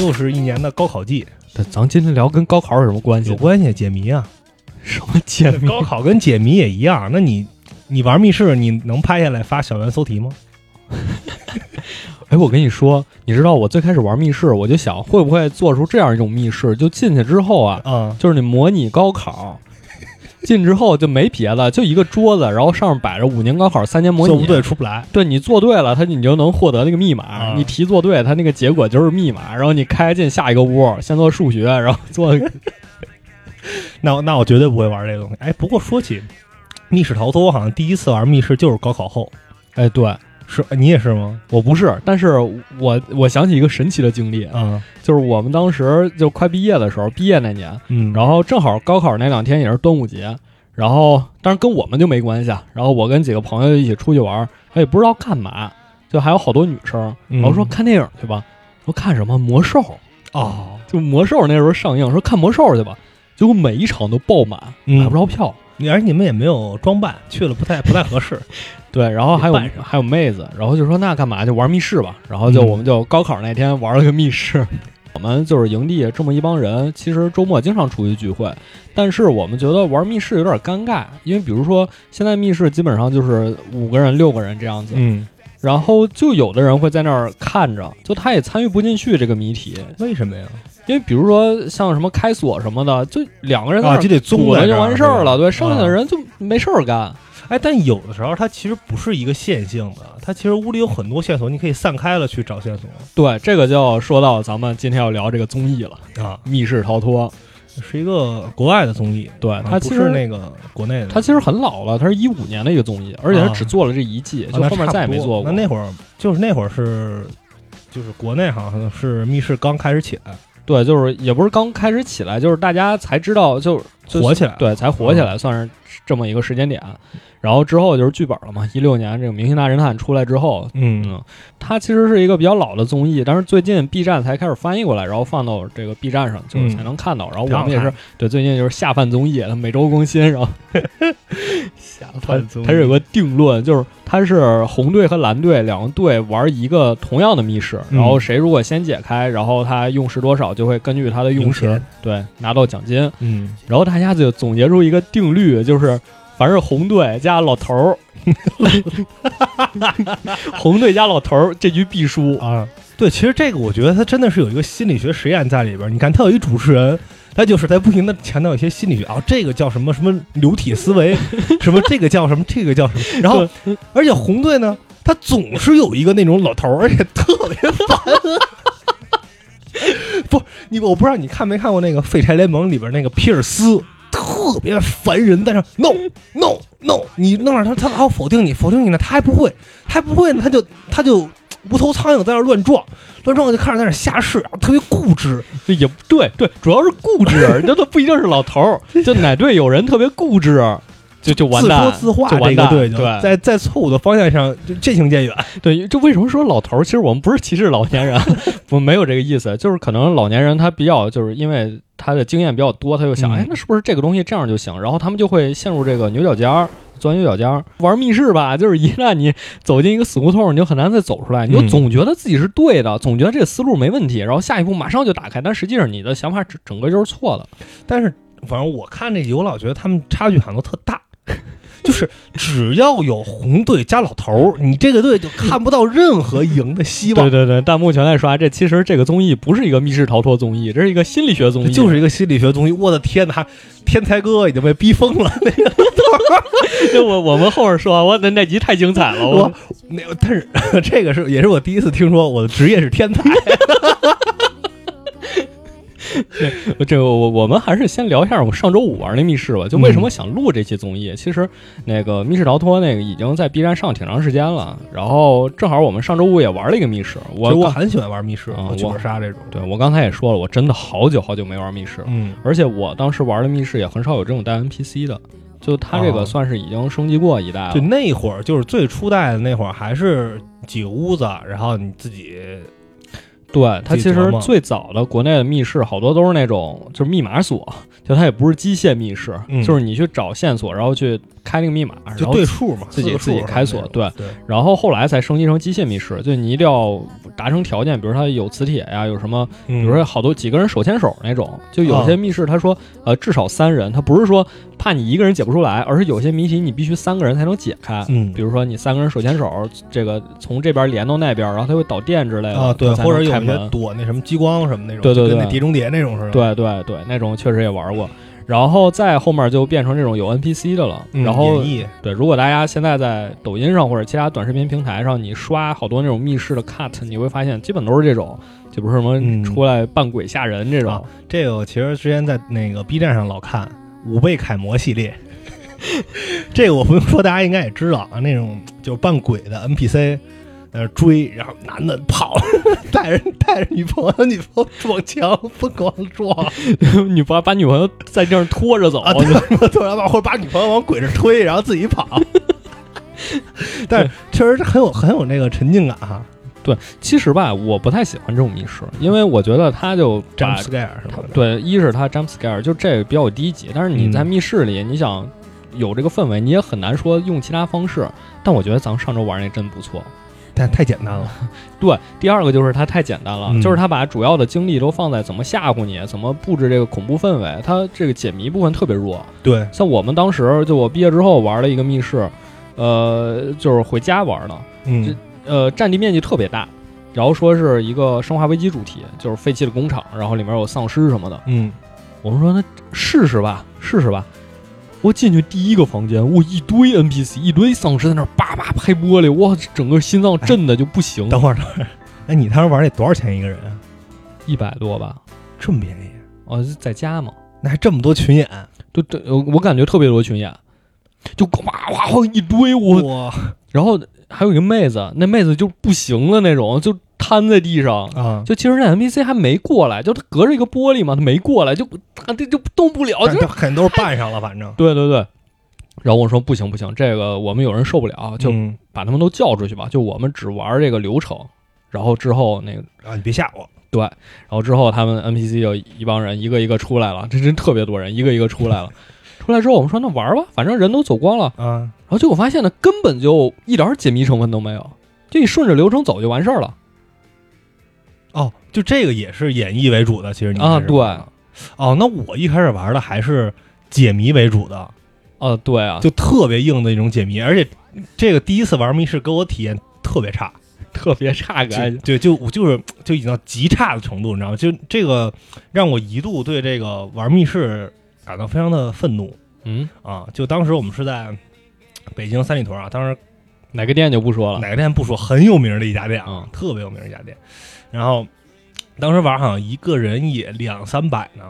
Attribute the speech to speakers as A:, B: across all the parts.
A: 又是一年的高考季，
B: 但咱今天聊跟高考有什么关系？
A: 有关系解谜啊，
B: 什么解 密？
A: 高考跟解谜也一样。那你你玩密室，你能拍下来发小猿搜题吗？
B: 哎，我跟你说，你知道我最开始玩密室，我就想会不会做出这样一种密室，就进去之后啊，
A: 啊、
B: 就是你模拟高考，进之后就没别的，就一个桌子，然后上面摆着五年高考、三年模
A: 做
B: 拟。
A: 不对出不来。
B: 对你做对了，他你就能获得那个密码。
A: 啊
B: 你题做对，他那个结果就是密码。然后你开进下一个屋，先做数学，然后做
A: 那我那我绝对不会玩这个东西。哎，不过说起密室逃脱，我好像第一次玩密室就是高考后，
B: 哎，对
A: 是你也是吗？
B: 我不是，但是我我想起一个神奇的经历，
A: 啊，
B: 就是我们当时就快毕业的时候，毕业那年，
A: 嗯，
B: 然后正好高考那两天也是端午节，然后但是跟我们就没关系啊。然后我跟几个朋友一起出去玩，他也不知道干嘛，就还有好多女生，
A: 嗯
B: 然后说看电影去吧，说看什么魔兽，
A: 哦，
B: 就魔兽那时候上映，说看魔兽去吧，结果每一场都爆满，
A: 嗯
B: 买不着票。
A: 而你们也没有装扮，去了不太不太合适。
B: 对，然后还有
A: 扮上
B: 还有妹子，然后就说那干嘛就玩密室吧，然后就
A: 嗯
B: 我们就高考那天玩了个密室。 我们就是营地这么一帮人，其实周末经常出去聚会，但是我们觉得玩密室有点尴尬，因为比如说现在密室基本上就是五个人、六个人这样子，
A: 嗯，
B: 然后就有的人会在那儿看着，就他也参与不进去这个谜题，
A: 为什么呀？
B: 因为比如说像什么开锁什么的，就两个人在那
A: 啊，
B: 儿
A: 就得
B: 堵
A: 租
B: 了就完事儿了，对，剩下的。
A: 啊
B: 人就没事儿干。
A: 哎，但有的时候它其实不是一个线性的，它其实屋里有很多线索，你可以散开了去找线索
B: 对，这个就要说到咱们今天要聊这个综艺了，
A: 啊。
B: 《密室逃脱》。
A: 是一个国外的综艺，
B: 对，
A: 啊
B: 它
A: 不
B: 其
A: 是
B: 实
A: 那个国内的，
B: 它其实很老了，它是一五年的一个综艺，而且它
A: 啊
B: 只做了这一季，
A: 啊
B: 就
A: 那
B: 后面
A: 差不
B: 再也没
A: 多
B: 做过。
A: 那那会儿就是那会儿是，就是国内好像是密室刚开始起来，
B: 对，就是也不是刚开始起来，就是大家才知道就，就
A: 火起来嗯
B: 对，才火起来，算是这么一个时间点。然后之后就是剧本了嘛，一六年这个《明星大侦探》出来之后，
A: 嗯
B: 嗯，它其实是一个比较老的综艺，但是最近 B 站才开始翻译过来，然后放到这个 B 站上，就是才能看到。然后我们也
A: 嗯
B: 是
A: 挺好
B: 对最近就是下饭综艺，它每周更新， 然后下
A: 饭综艺
B: 它是有个定论，就是它是红队和蓝队两个队玩一个同样的密室，
A: 嗯
B: 然后谁如果先解开，然后他用时多少就会根据他的用
A: 赢
B: 时
A: 钱
B: 对拿到奖金。
A: 嗯，
B: 然后大家就总结出一个定律，就是凡是红队加老头儿， 红队加老头儿这局必输。
A: 啊，对，其实这个我觉得它真的是有一个心理学实验在里边儿。你看，它有一主持人，他就是在不停的强调一些心理学啊，这个叫什么什么流体思维， 什么这个叫什么这个叫什么。然后，而且红队呢，他总是有一个那种老头儿，而且特别烦。啊 不，你我不知道你看没看过那个《废柴联盟》里边那个皮尔斯。特别烦人，在那儿 no no no，你弄点他，他老否定你，否定你呢，他还不会，他还不会呢，他就他就无头苍蝇在那儿乱撞，乱撞我就看着在那儿瞎试，然后特别固执。
B: 这也对对，主要是固执，这都不一定是老头 儿，就哪队有人特别固执，就就完
A: 自说
B: 蛋，
A: 自话，
B: 就
A: 这
B: 完
A: 个
B: 蛋。
A: 队就
B: 对
A: 在在错误的方向上就渐行渐远。
B: 对，就为什么说老头儿？其实我们不是歧视老年人， 我没有这个意思，就是可能老年人他比较就是因为他的经验比较多，他就想，
A: 嗯
B: 哎，那是不是这个东西这样就行？然后他们就会陷入这个牛角尖儿。钻牛角尖儿，玩密室吧，就是一旦你走进一个死胡同，你就很难再走出来。你就
A: 嗯
B: 总觉得自己是对的，总觉得这个思路没问题，然后下一步马上就打开，但实际上你的想法整整个就是错的。
A: 但是反正我看这集，我老觉得他们差距好像都特大。 就是只要有红队加老头儿，你这个队就看不到任何赢的希望
B: 对。对对，弹幕全在啊刷这，其实这个综艺不是一个密室逃脱综艺，这是一个心理学综艺，
A: 就是一个心理学东西，我的天哪！天才哥已经被逼疯了。那个
B: 就我我们后面说，我的那集太精彩了，
A: 我，那个但是 这个是也是我第一次听说我的职业是天才。
B: 这个我我们还是先聊一下我上周五玩那密室吧。就为什么想录这期综艺？
A: 嗯
B: 其实那个密室逃脱那个已经在 B 站上挺长时间了，然后正好我们上周五也玩了一个密室。
A: 其
B: 我
A: 实我
B: 刚
A: 很喜欢玩密室
B: 啊
A: 和剧本杀这种。
B: 对我刚才也说了，我真的好久好久没玩密室了，
A: 嗯，
B: 而且我当时玩的密室也很少有这种带 NPC 的，就它这个
A: 哦
B: 算是已经升级过一代了
A: 就。那会儿就是最初代的那会儿，还是几个屋子，然后你自己
B: 对它
A: 自己
B: 其
A: 琢
B: 实
A: 磨
B: 最早的国内的密室好多都是那种就是密码锁，就它也不是机械密室，
A: 嗯
B: 就是你去找线索，然后去开那个密码，然
A: 就
B: 后
A: 对数嘛，
B: 自己
A: 四个数
B: 自己开锁
A: 那种对，
B: 对然后后来才升级成机械密室，就你一定要达成条件，比如它有磁铁呀，有什么，
A: 比
B: 比如说好多几个人手牵手那种，就有
A: 嗯
B: 些密室他说，呃，至少三人，他不是说怕你一个人解不出来，而是有些谜题你必须三个人才能解开。
A: 嗯
B: 比如说你三个人手牵手，这个从这边连到那边，然后它会导电之类的
A: 啊，对，
B: 它才能
A: 或者有
B: 开
A: 一
B: 门
A: 些躲那什么激光什么那种，
B: 对对
A: 就跟
B: 对
A: 那碟中谍那种似的。，
B: 对对对，那种确实也玩过。然后再后面就变成这种有 NPC 的了。
A: 嗯、
B: 然后
A: 演绎
B: 对，如果大家现在在抖音上或者其他短视频平台上，你刷好多那种密室的 cut，你会发现基本都是这种，就不是什
A: 嗯
B: 么出来扮鬼吓人这种。
A: 啊这个，其实之前在那个 B 站上老看五倍楷模系列， 这个我不用说，大家应该也知道啊，那种就是扮鬼的 NPC。呃，追，然后男的跑， 带着带着女朋友，女朋友撞墙，疯狂撞
B: 女把把女朋友在地上拖着走，
A: 啊，对，突然把或者把女朋友往鬼这推，然后自己 跑。但是确实是很有很有那个沉浸感哈
B: 其实吧，我不太喜欢这种密室，因为我觉得它就把
A: ，jump scare 什么的。
B: 啊对，一是它 jump scare，就这个比较低级，但是你在
A: 嗯
B: 密室里，你想有这个氛围，你也很难说用其他方式。但我觉得咱们上周玩那真不错。
A: 但太简单了，
B: 对，第二个就是它太简单了，
A: 嗯
B: 就是它把主要的精力都放在怎么吓唬你，怎么布置这个恐怖氛围，它这个解谜部分特别弱。
A: 对，
B: 像我们当时就我毕业之后玩了一个密室，呃，就是回家玩的，
A: 嗯，
B: 呃，占地面积特别大，然后说是一个生化危机主题，就是废弃的工厂，然后里面有丧尸什么的。
A: 嗯，
B: 我们说那试试吧，试试吧。我进去第一个房间，我一堆 NPC，一堆丧尸在那儿叭叭拍玻璃，我整个心脏震的就不行，
A: 等会儿，等会儿，哎，你当时玩那多少钱一个人啊？
B: 一百多吧，
A: 这么便宜？
B: 哦，在家嘛，
A: 那还这么多群演？
B: 就对，我我感觉特别多群演，就哇哇哇一堆我，
A: 我
B: 然后还有一个妹子，那妹子就不行了那种，就瘫在地上，
A: 啊，
B: 就其实那 NPC 还没过来，就他隔着一个玻璃嘛，他没过来，就他这就动不了，
A: 但
B: 哦就
A: 这肯定都是扮上了，反正
B: 对对对。然后我说不行不行，这个我们有人受不了， 就
A: 嗯
B: 把他们都叫出去吧，就我们只玩这个流程。然后之后那个，
A: 啊，你别吓我，
B: 然后之后他们 NPC 就一帮人一个一个出来了，这真特别多人，一个一个出来了。 出来之后我们说那玩吧，反正人都走光了。
A: 啊，
B: 然后结果发现呢，根本就一点解谜成分都没有，就你顺着流程走就完事儿了
A: 哦，就这个也是演绎为主的，其实你
B: 啊。
A: 开始
B: 对，
A: 玩的哦，那我一开始玩的还是解谜为主的，
B: 啊对啊，
A: 就特别硬的一种解谜，而且这个第一次玩密室给我体验特别差，
B: 特别差个爱
A: 就对，就我就是就已经到极差的程度，你知道吗？就这个让我一度对这个玩密室感到非常的愤怒
B: 嗯，
A: 啊！就当时我们是在北京三里屯啊，当时
B: 哪个店就不说了。
A: 哪个店不说，很有名的一家店啊
B: 嗯，
A: 特别有名的一家店。然后当时玩好像一个人也两三百呢，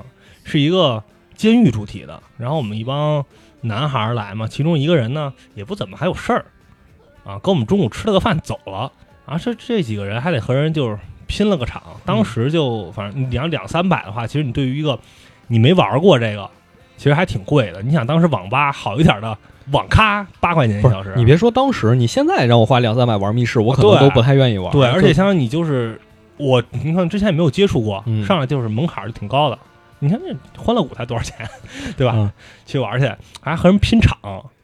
A: 是一个监狱主题的。然后我们一帮男孩儿来嘛，其中一个人呢也不怎么还有事儿啊，跟我们中午吃了个饭走了啊。这这几个人还得和人就是拼了个场，当时就反正你要两三百的话，其实你对于一个你没玩过这个，其实还挺贵的。你想当时网吧好一点的网咖八块钱一
B: 不是
A: 小时，
B: 你别说当时，你现在让我花两三百玩密室，我可
A: 啊
B: 能
A: 对
B: 都不太愿意玩。
A: 对，
B: 就
A: 而且像你就是我，你看之前也没有接触过，
B: 嗯
A: 上来就是门槛儿就挺高的。你看这欢乐谷才多少钱， 对吧？
B: 嗯
A: 去玩去，还和人拼场，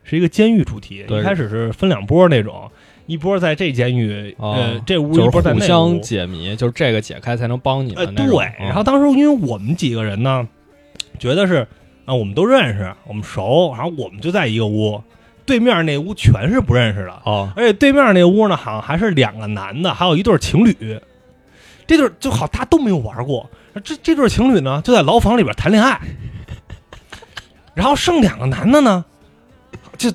A: 是一个监狱主题。
B: 对
A: 一开始是分两波那种，一波在这监狱，
B: 哦
A: 呃，这屋
B: 就
A: 一
B: 是
A: 波在
B: 互
A: 那屋
B: 相。解谜，就是这个解开才能帮你
A: 呃，
B: 的那
A: 对
B: 种。。嗯
A: 然后当时因为我们几个人呢，觉得是啊、我们都认识，我们熟，然后我们就在一个屋，对面那屋全是不认识的。
B: 哦，
A: 而且对面那屋呢，好像还是两个男的，还有一对情侣。这对就好，他都没有玩过。这这对情侣呢，就在牢房里边谈恋爱， 然后剩两个男的呢，就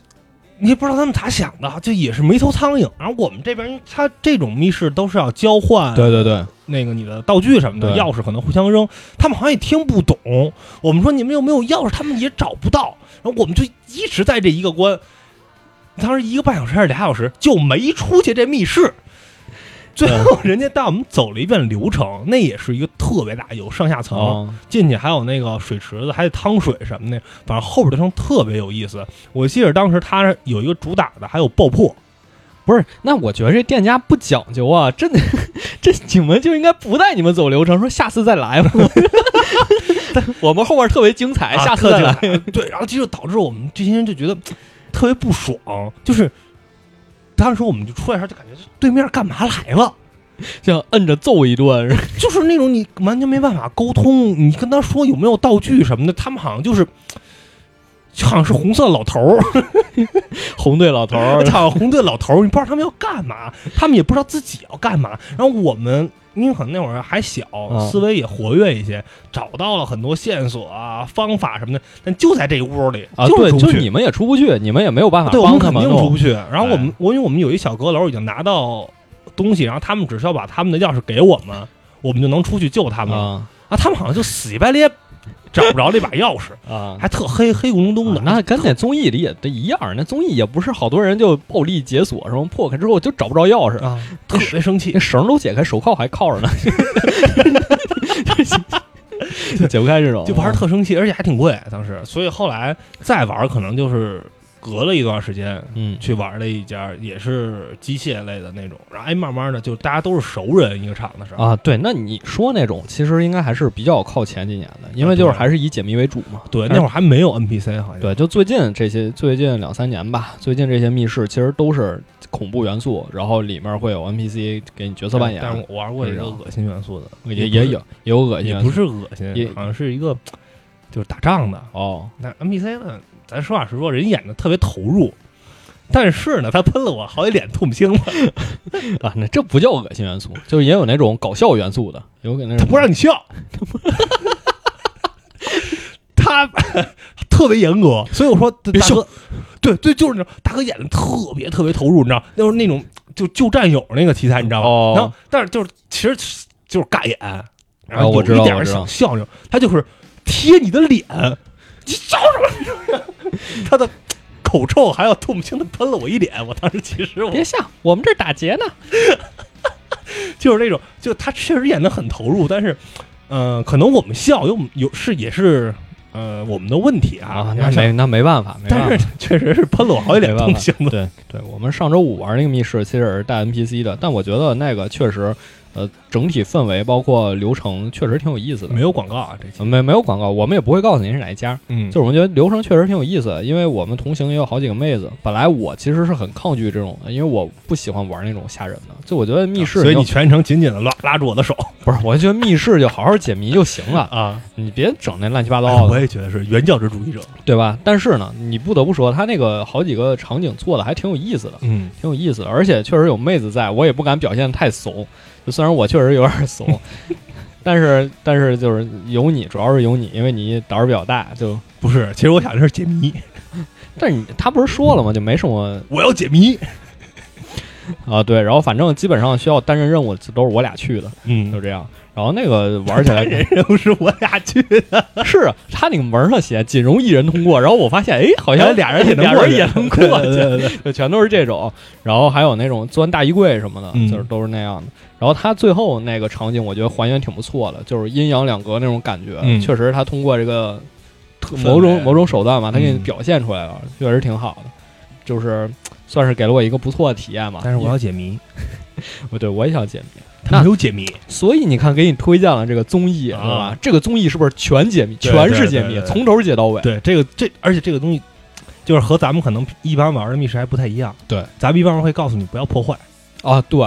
A: 你也不知道他们咋想的，就也是没头苍蝇。然后我们这边，因为他这种密室都是要交换
B: 对对对，
A: 那个你的道具什么的，
B: 对
A: 钥匙可能互相扔，他们好像也听不懂。我们说你们有没有钥匙，他们也找不到。然后我们就一直在这一个关，当时一个半小时还是俩小时就没出去这密 室。最后人家带我们走了一遍流程，那也是一个特别大，有上下层，
B: 哦，
A: 进去还有那个水池子，还有汤水什么的，反正后边流程特别有意思。我记得当时他有一个主打的，还有爆破，
B: 不是，那我觉得这店家不讲究啊，真的，这你们就应该不带你们走流程，说下次再来吧。我们后面特别精彩，
A: 啊
B: 下次
A: 特
B: 再
A: 精
B: 来。
A: 彩 对，然后这就导致我们这些人就觉得特别不爽，就是当时我们就出来的时候就感觉对面干嘛来了，
B: 像摁着揍一顿，
A: 就是那种你完全没办法沟通，你跟他说有没有道具什么的，他们好像就是。好像是红色老头儿，
B: 红队老头 儿
A: 好像红队老头儿，你不知道他们要干嘛，他们也不知道自己要干嘛。然后我们，因为可能那会儿还小，
B: 嗯
A: 思维也活跃一些，找到了很多线索啊、方法什么的，但就在这屋里，
B: 啊，
A: 就是
B: 对，
A: 出不
B: 就
A: 去啊
B: 是你们也出不去，你们也没有办法
A: 对，我们
B: 帮他
A: 肯定
B: 们
A: 出不
B: 弄。哎
A: 去。然后我们，我因为我们有一小阁楼已经拿到东西，然后他们只需要把他们的钥匙给我们，我们就能出去救他们了。
B: 啊
A: 啊，他们好像就死乞白咧找不着那把钥 匙，
B: 啊！
A: 还特黑，黑咕隆咚的。
B: 啊那跟那综艺里也这一样，那综艺也不是好多人就暴力解锁什么破开之后就找不着钥匙，
A: 啊，特别生气
B: 那。绳儿都解开，手铐还铐着呢， 解不开这种啊
A: 就玩儿特生气，而且还挺贵当时，所以后来再玩儿可能就是隔了一段时间
B: 嗯
A: 去玩儿了一家也是机械类的那种，然后哎慢慢的就大家都是熟人一个厂的时候，
B: 啊，对，那你说那种其实应该还是比较靠前几年的，
A: 啊
B: 因为就是还是以解密为主嘛。
A: 对，那会儿还没有 NPC 好像，
B: 对，就最近这些，最近两三年吧，最近这些密室其实都是恐怖元素，然后里面会有 NPC 给你角色扮演，
A: 但是我玩过一
B: 是
A: 个
B: 这样
A: 恶心元素的，
B: 也
A: 不是
B: 也有，也有恶心
A: 也
B: 元
A: 不
B: 素
A: 是恶心，
B: 也
A: 好像是一个就是打仗的。
B: 哦，
A: 那 NPC 呢，咱实话实说，人演的特别投入，但是呢，他喷了我好几脸，吐不清了。
B: 啊，那这不叫恶心元素，就是也有那种搞笑元素的，有给那
A: 他
B: 种
A: 不让你笑，他 特别严格，所以我说
B: 别
A: 大哥，对对，就是那种大哥演的特别特别投入，你知道，就是那种就就战友那个题材，你知道吗？
B: 哦
A: 然后但是就是其实就是尬演，然
B: 哦
A: 后
B: 我知
A: 有
B: 道
A: 一点
B: 我
A: 儿
B: 知道
A: 想笑那种，他就是贴你的脸，你笑什么？ 他的口臭还要吐不清的喷了我一脸，我当时其实我
B: 别笑，我们这儿打劫呢。
A: 就是那种，就他确实演的很投入，但是，呃，可能我们笑有有是也是呃我们的问题啊
B: 啊，，那没那没办法，没办法。
A: 但是确实是喷了我好几脸
B: 没
A: 东
B: 办
A: 西
B: 法。对对，我们上周五玩那个密室，其实也是带 NPC 的，但我觉得那个确实，呃，整体氛围包括流程确实挺有意思的
A: 没。有广告啊，这期
B: 呃没没有广告，我们也不会告诉您是哪一家。
A: 嗯
B: 就是我们觉得流程确实挺有意思的，因为我们同行也有好几个妹子。本来我其实是很抗拒这种的，因为我不喜欢玩那种吓人的。就我觉得密室就，
A: 啊所以你全程紧紧的拉拉住我的手
B: 不是，我就觉得密室就好好解谜就行了，
A: 啊，
B: 你别整那乱七八
A: 哎
B: 糟
A: 我
B: 的，
A: 也觉得是原教旨主义者，
B: 对吧？但是呢，你不得不说，他那个好几个场景做的还挺有意思的。
A: 嗯，
B: 挺有意思的，而且确实有妹子在，我也不敢表现得太怂。就虽然我确实有点 怂，但是但是就是有你，主要是有你，因为你胆儿比较大。就
A: 不是，其实我想的是解谜，
B: 但是你他不是说了吗？就没什么
A: 我要解谜，
B: 啊，对。然后反正基本上需要担任任务都是我俩去的，就
A: 嗯，
B: 这样。然后那个玩 起来
A: 人不是我俩去的，
B: 是啊他那个门上写仅容一人通过，然后我发现哎，好像
A: 俩人也能
B: 俩
A: 过
B: 人
A: 去
B: 也能过
A: 对
B: 去
A: 对对对
B: 就全都是这种，然后还有那种钻大衣柜什么的，
A: 嗯
B: 就是都是那样的。然后他最后那个场景，我觉得还原挺不错的，就是阴阳两隔那种感觉。
A: 嗯
B: 确实，他通过这个
A: 特
B: 某
A: 氛
B: 种
A: 围
B: 某种手段吧，他给你
A: 嗯
B: 表现出来了，确实挺好的。就是算是给了我一个不错的体验吧。
A: 但是我要解谜，
B: 我对我也想解谜，
A: 他没有解谜，
B: 所以你看，给你推荐了这个综艺，
A: 啊
B: 对吧？这个综艺是不是全解密，
A: 对
B: 全是解
A: 对
B: 密
A: 对，对
B: 从头解到尾？
A: 对，这个这而且这个东西，就是和咱们可能一般玩的密室还不太一样。
B: 对，
A: 咱们一般玩会告诉你不要破坏，
B: 啊，对，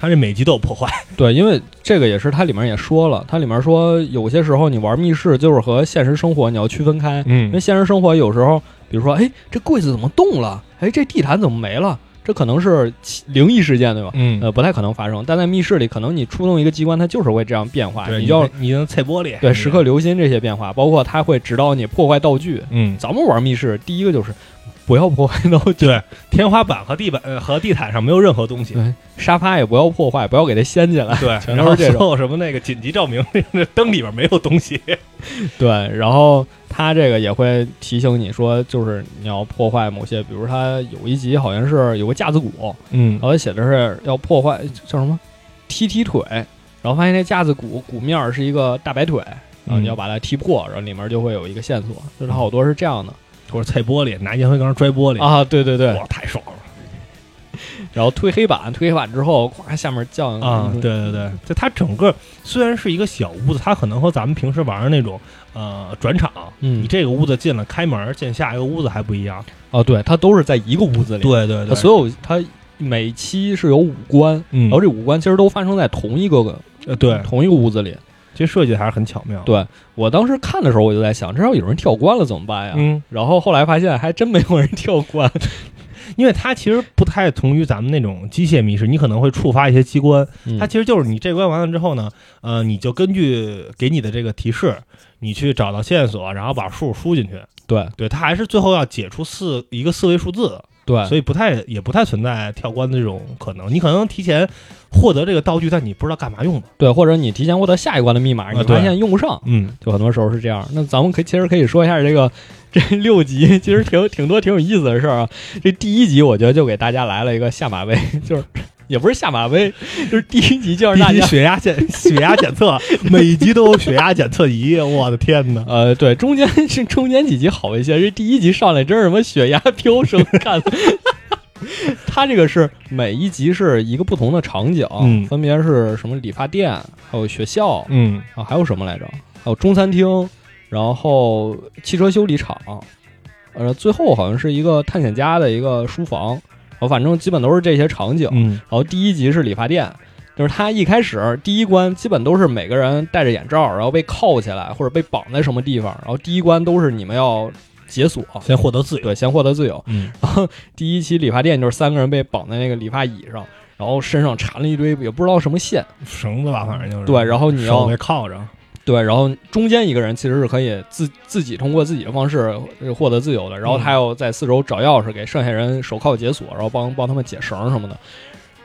A: 它这每集都有破坏。
B: 对，因为这个也是它里面也说了，它里面说有些时候你玩密室就是和现实生活你要区分开，因为
A: 嗯
B: 现实生活有时候，比如说，哎，这柜子怎么动了？哎，这地毯怎么没了？这可能是奇灵异事件，对吧？
A: 嗯，
B: 呃，不太可能发生，但在密室里，可能你触动一个机关，它就是会这样变化，
A: 对，
B: 你
A: 你
B: 要
A: 你能踩玻璃，
B: 对时刻留心这些变化，包括它会指导你破坏道具。
A: 嗯，
B: 咱们玩密室，第一个就是不要破坏道 具，
A: 对，天花板和地板呃和地毯上没有任何东西。
B: 对沙发也不要破坏，不要给它掀起来。
A: 对，
B: 全
A: 然
B: 都
A: 后
B: 是这
A: 所
B: 种
A: 有什么那个紧急照明，那灯里边没有东西。
B: 对，然后他这个也会提醒你说，就是你要破坏某些，比如他有一集好像是有个架子鼓，
A: 嗯
B: 然后他写的是要破坏叫什么踢踢腿，然后发现那架子鼓鼓面儿是一个大白腿，然后
A: 嗯
B: 你要把它踢破，然后里面就会有一个线索，就是它好多是这样的
A: 或者踩玻璃，拿烟灰缸摔玻璃，
B: 啊，对对对，
A: 哇，太爽了
B: 然后推黑板，推黑板之后，咵下面降
A: 啊啊！对对对，就它整个虽然是一个小屋子，它可能和咱们平时玩的那种呃转场，你
B: 嗯，
A: 这个屋子进了开门进下一个屋子还不一样。
B: 哦，对，它都是在一个屋子里，
A: 对对
B: 它
A: 对，
B: 所有它每期是有五关，
A: 嗯
B: 然后这五关其实都发生在同一个
A: 呃对，
B: 同一个屋子里。
A: 这设计还是很巧妙。，
B: 对我当时看的时候，我就在想，这要有人跳关了怎么办呀？
A: 嗯，
B: 然后后来发现还真没有人跳关，
A: 因为它其实不太同于咱们那种机械密室，你可能会触发一些机关，它
B: 它
A: 其实就是你这关完了之后呢，呃，你就根据给你的这个提示，你去找到线索，然后把数输进去。
B: 对
A: 对，它还是最后要解出四一个四位数字，
B: 对
A: 所以不太也不太存在跳关的这种可能。你可能提前获得这个道具，但你不知道干嘛用的。
B: 对，或者你提前获得下一关的密码，你
A: 啊对
B: 发现用不上，
A: 嗯，
B: 就很多时候是这样。那咱们可以其实可以说一下这个 这六集，其实挺挺多挺有意思的事儿啊。这第一集我觉得就给大家来了一个下马威， 就是也不是下马威， 就是第一集就让大
A: 第一
B: 家。
A: 血压检血压检测，每一集都有血压检测仪，我的天哪！
B: 呃，对，中间是中间几集好一些，这第一集上来真是什么血压飙升，看， 他这个是每一集是一个不同的场景，
A: 嗯
B: 分别是什么理发店，还有学校，
A: 嗯，
B: 啊，还有什么来着？还有中餐厅，然后汽车修理厂，呃，最后好像是一个探险家的一个书房，我反正基本都是这些场景。
A: 嗯
B: 然后第一集是理发店，就是他一开始第一关基本都是每个人戴着眼罩，然后被铐起来或者被绑在什么地方，然后第一关都是你们要解锁，
A: 先获得自由。
B: 对，先获得自由。
A: 嗯，
B: 第一期理发店就是三个人被绑在那个理发椅上，然后身上缠了一堆也不知道什么线，
A: 绳子吧，反正就是
B: 对，然后你要
A: 手被铐着。
B: 对，然后中间一个人其实是可以自自己通过自己的方式呃获得自由的，
A: 嗯
B: 然后他要在四周找钥匙给剩下人手铐解锁，然后帮帮他们解绳什么的。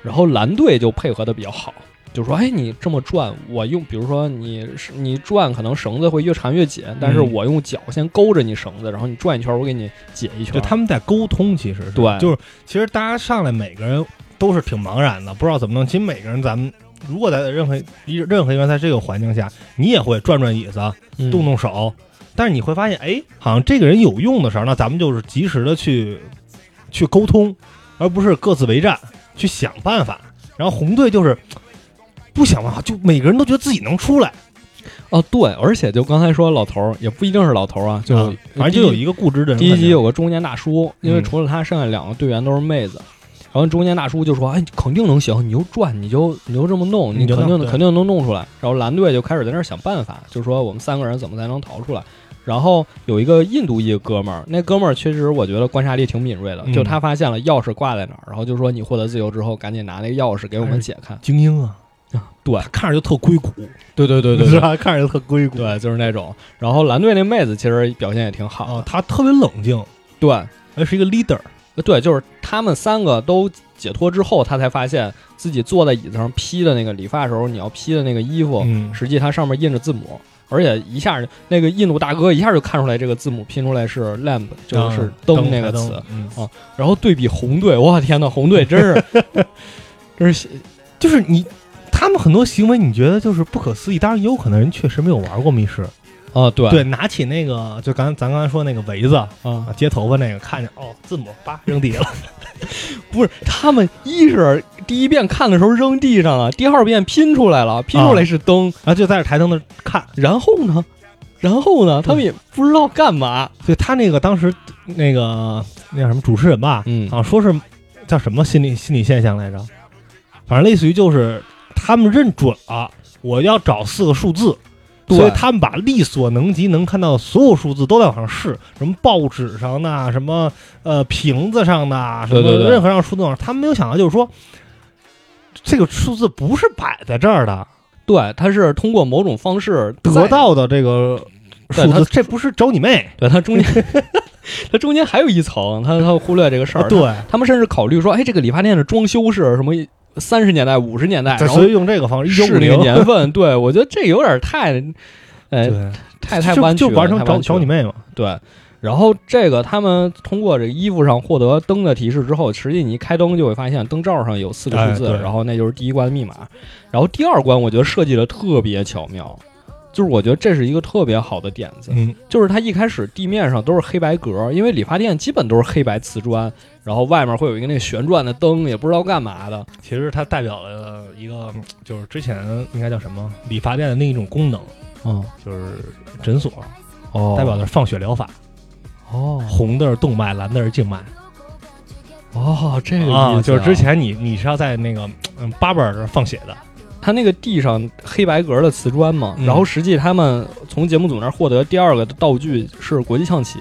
B: 然后蓝队就配合的比较好，就说：“哎，你这么转，我用，比如说你是你转，可能绳子会越缠越紧，但是
A: 嗯
B: 我用脚先勾着你绳子，然后你转一圈，我给你解一圈。”
A: 就他们在沟通，其实是
B: 对
A: 就是其实大家上来每个人都是挺茫然的，不知道怎么弄。其实每个人咱们如果在任何一任何一个在这个环境下，你也会转转椅子、
B: 嗯
A: 动动手，但是你会发现，哎，好像这个人有用的时候，那咱们就是及时的去去沟通，而不是各自为战，去想办法。然后红队就是不想办法，就每个人都觉得自己能出来，
B: 哦，对，而且就刚才说老头儿也不一定是老头儿啊，就
A: 啊反正就有一个固执的人。
B: 第一集有个中年大叔，因为
A: 嗯
B: 除了他，剩下两个队员都是妹子。然后中年大叔就说：“哎，肯定能行，你就转，你就你就这么弄，
A: 你
B: 你
A: 就
B: 肯定
A: 弄对
B: 肯定能弄出来。”然后蓝队就开始在那儿想办法，就说我们三个人怎么才能逃出来。然后有一个印度裔哥们儿，那哥们儿确实我觉得观察力挺敏锐的，
A: 嗯
B: 就他发现了钥匙挂在哪儿，然后就说你获得自由之后，赶紧拿那个钥匙给我
A: 哎
B: 们解开。
A: 精英啊，
B: 对
A: 看着就特硅谷，
B: 对对对
A: 是吧？看着就特硅谷。
B: 对，就是那种。然后蓝队那妹子其实表现也挺好
A: 啊
B: 的，，
A: 他特别冷静，
B: 对，
A: 而是一个 leader。
B: 呃对，就是他们三个都解脱之后，他才发现自己坐在椅子上披的那个理发时候你要披的那个衣服，
A: 嗯
B: 实际它上面印着字母，而且一下那个印度大哥一下就看出来这个字母拼出来是 lamp，就是
A: 啊
B: 灯那个词。。
A: 嗯
B: 啊然后对比红队，我天呐，红队真是真是
A: 就是你，他们很多行为你觉得就是不可思议，当然也有可能人确实没有玩过密室。
B: 啊，对
A: 对，拿起那个就刚咱刚才说那个围子啊，
B: 啊，
A: 接头发那个，看见哦字母叭扔底下了，
B: 不是他们一是第一遍看的时候扔地上了，第二遍拼出来了，拼出来是灯，
A: 然啊后就在这台灯那儿看。
B: 然后呢，然后呢，他们也不知道干嘛，
A: 对他那个当时那个那叫什么主持人吧，
B: 嗯
A: 啊，说是叫什么心理心理现象来着，反正类似于就是他们认准了我要找四个数字，
B: 对
A: 所以他们把力所能及能看到的所有数字都在往上试，什么报纸上的，什么呃瓶子上的，什
B: 对对
A: 么
B: 对
A: 任何让数字往上，他们没有想到就是说。这个数字不是摆在这儿的，
B: 对，他是通过某种方式
A: 得
B: 在，
A: 到的这个
B: 对
A: 数
B: 他
A: 字，这不是找你妹，
B: 对他中间， 他中间还有一层，他他忽略这个事儿。
A: 啊对，
B: 他，他们甚至考虑说，哎，这个理发店的装修是什么三十年代、五十年代，
A: 对
B: 然后
A: 所以用这个方式，一九
B: 是
A: 五
B: 那个
A: 零，
B: 年份。对我觉得这有点太，哎，
A: 对，
B: 太太
A: 就
B: 弯曲
A: 就
B: 了，
A: 玩成
B: 太
A: 找
B: 弯曲
A: 找你
B: 了
A: 妹嘛，
B: 对。然后这个他们通过这个衣服上获得灯的提示之后，实际你一开灯就会发现灯罩上有四个数字，
A: 哎对
B: 然后那就是第一关的密码。然后第二关我觉得设计的特别巧妙，就是我觉得这是一个特别好的点子。
A: 嗯，
B: 就是它一开始地面上都是黑白格，因为理发店基本都是黑白瓷砖，然后外面会有一个那旋转的灯，也不知道干嘛的。
A: 其实它代表了一个，就是之前应该叫什么理发店的另一种功能，
B: 嗯，
A: 就是诊所。
B: 哦，
A: 代表的是放血疗法，
B: 哦
A: 红的是动脉，蓝的是静脉
B: 哦，这个意思、
A: 啊，就是之前你你是要在那个嗯八本儿这儿放血的，
B: 他那个地上黑白格的瓷砖嘛，
A: 嗯
B: 然后实际他们从节目组那儿获得第二个道具是国际象棋，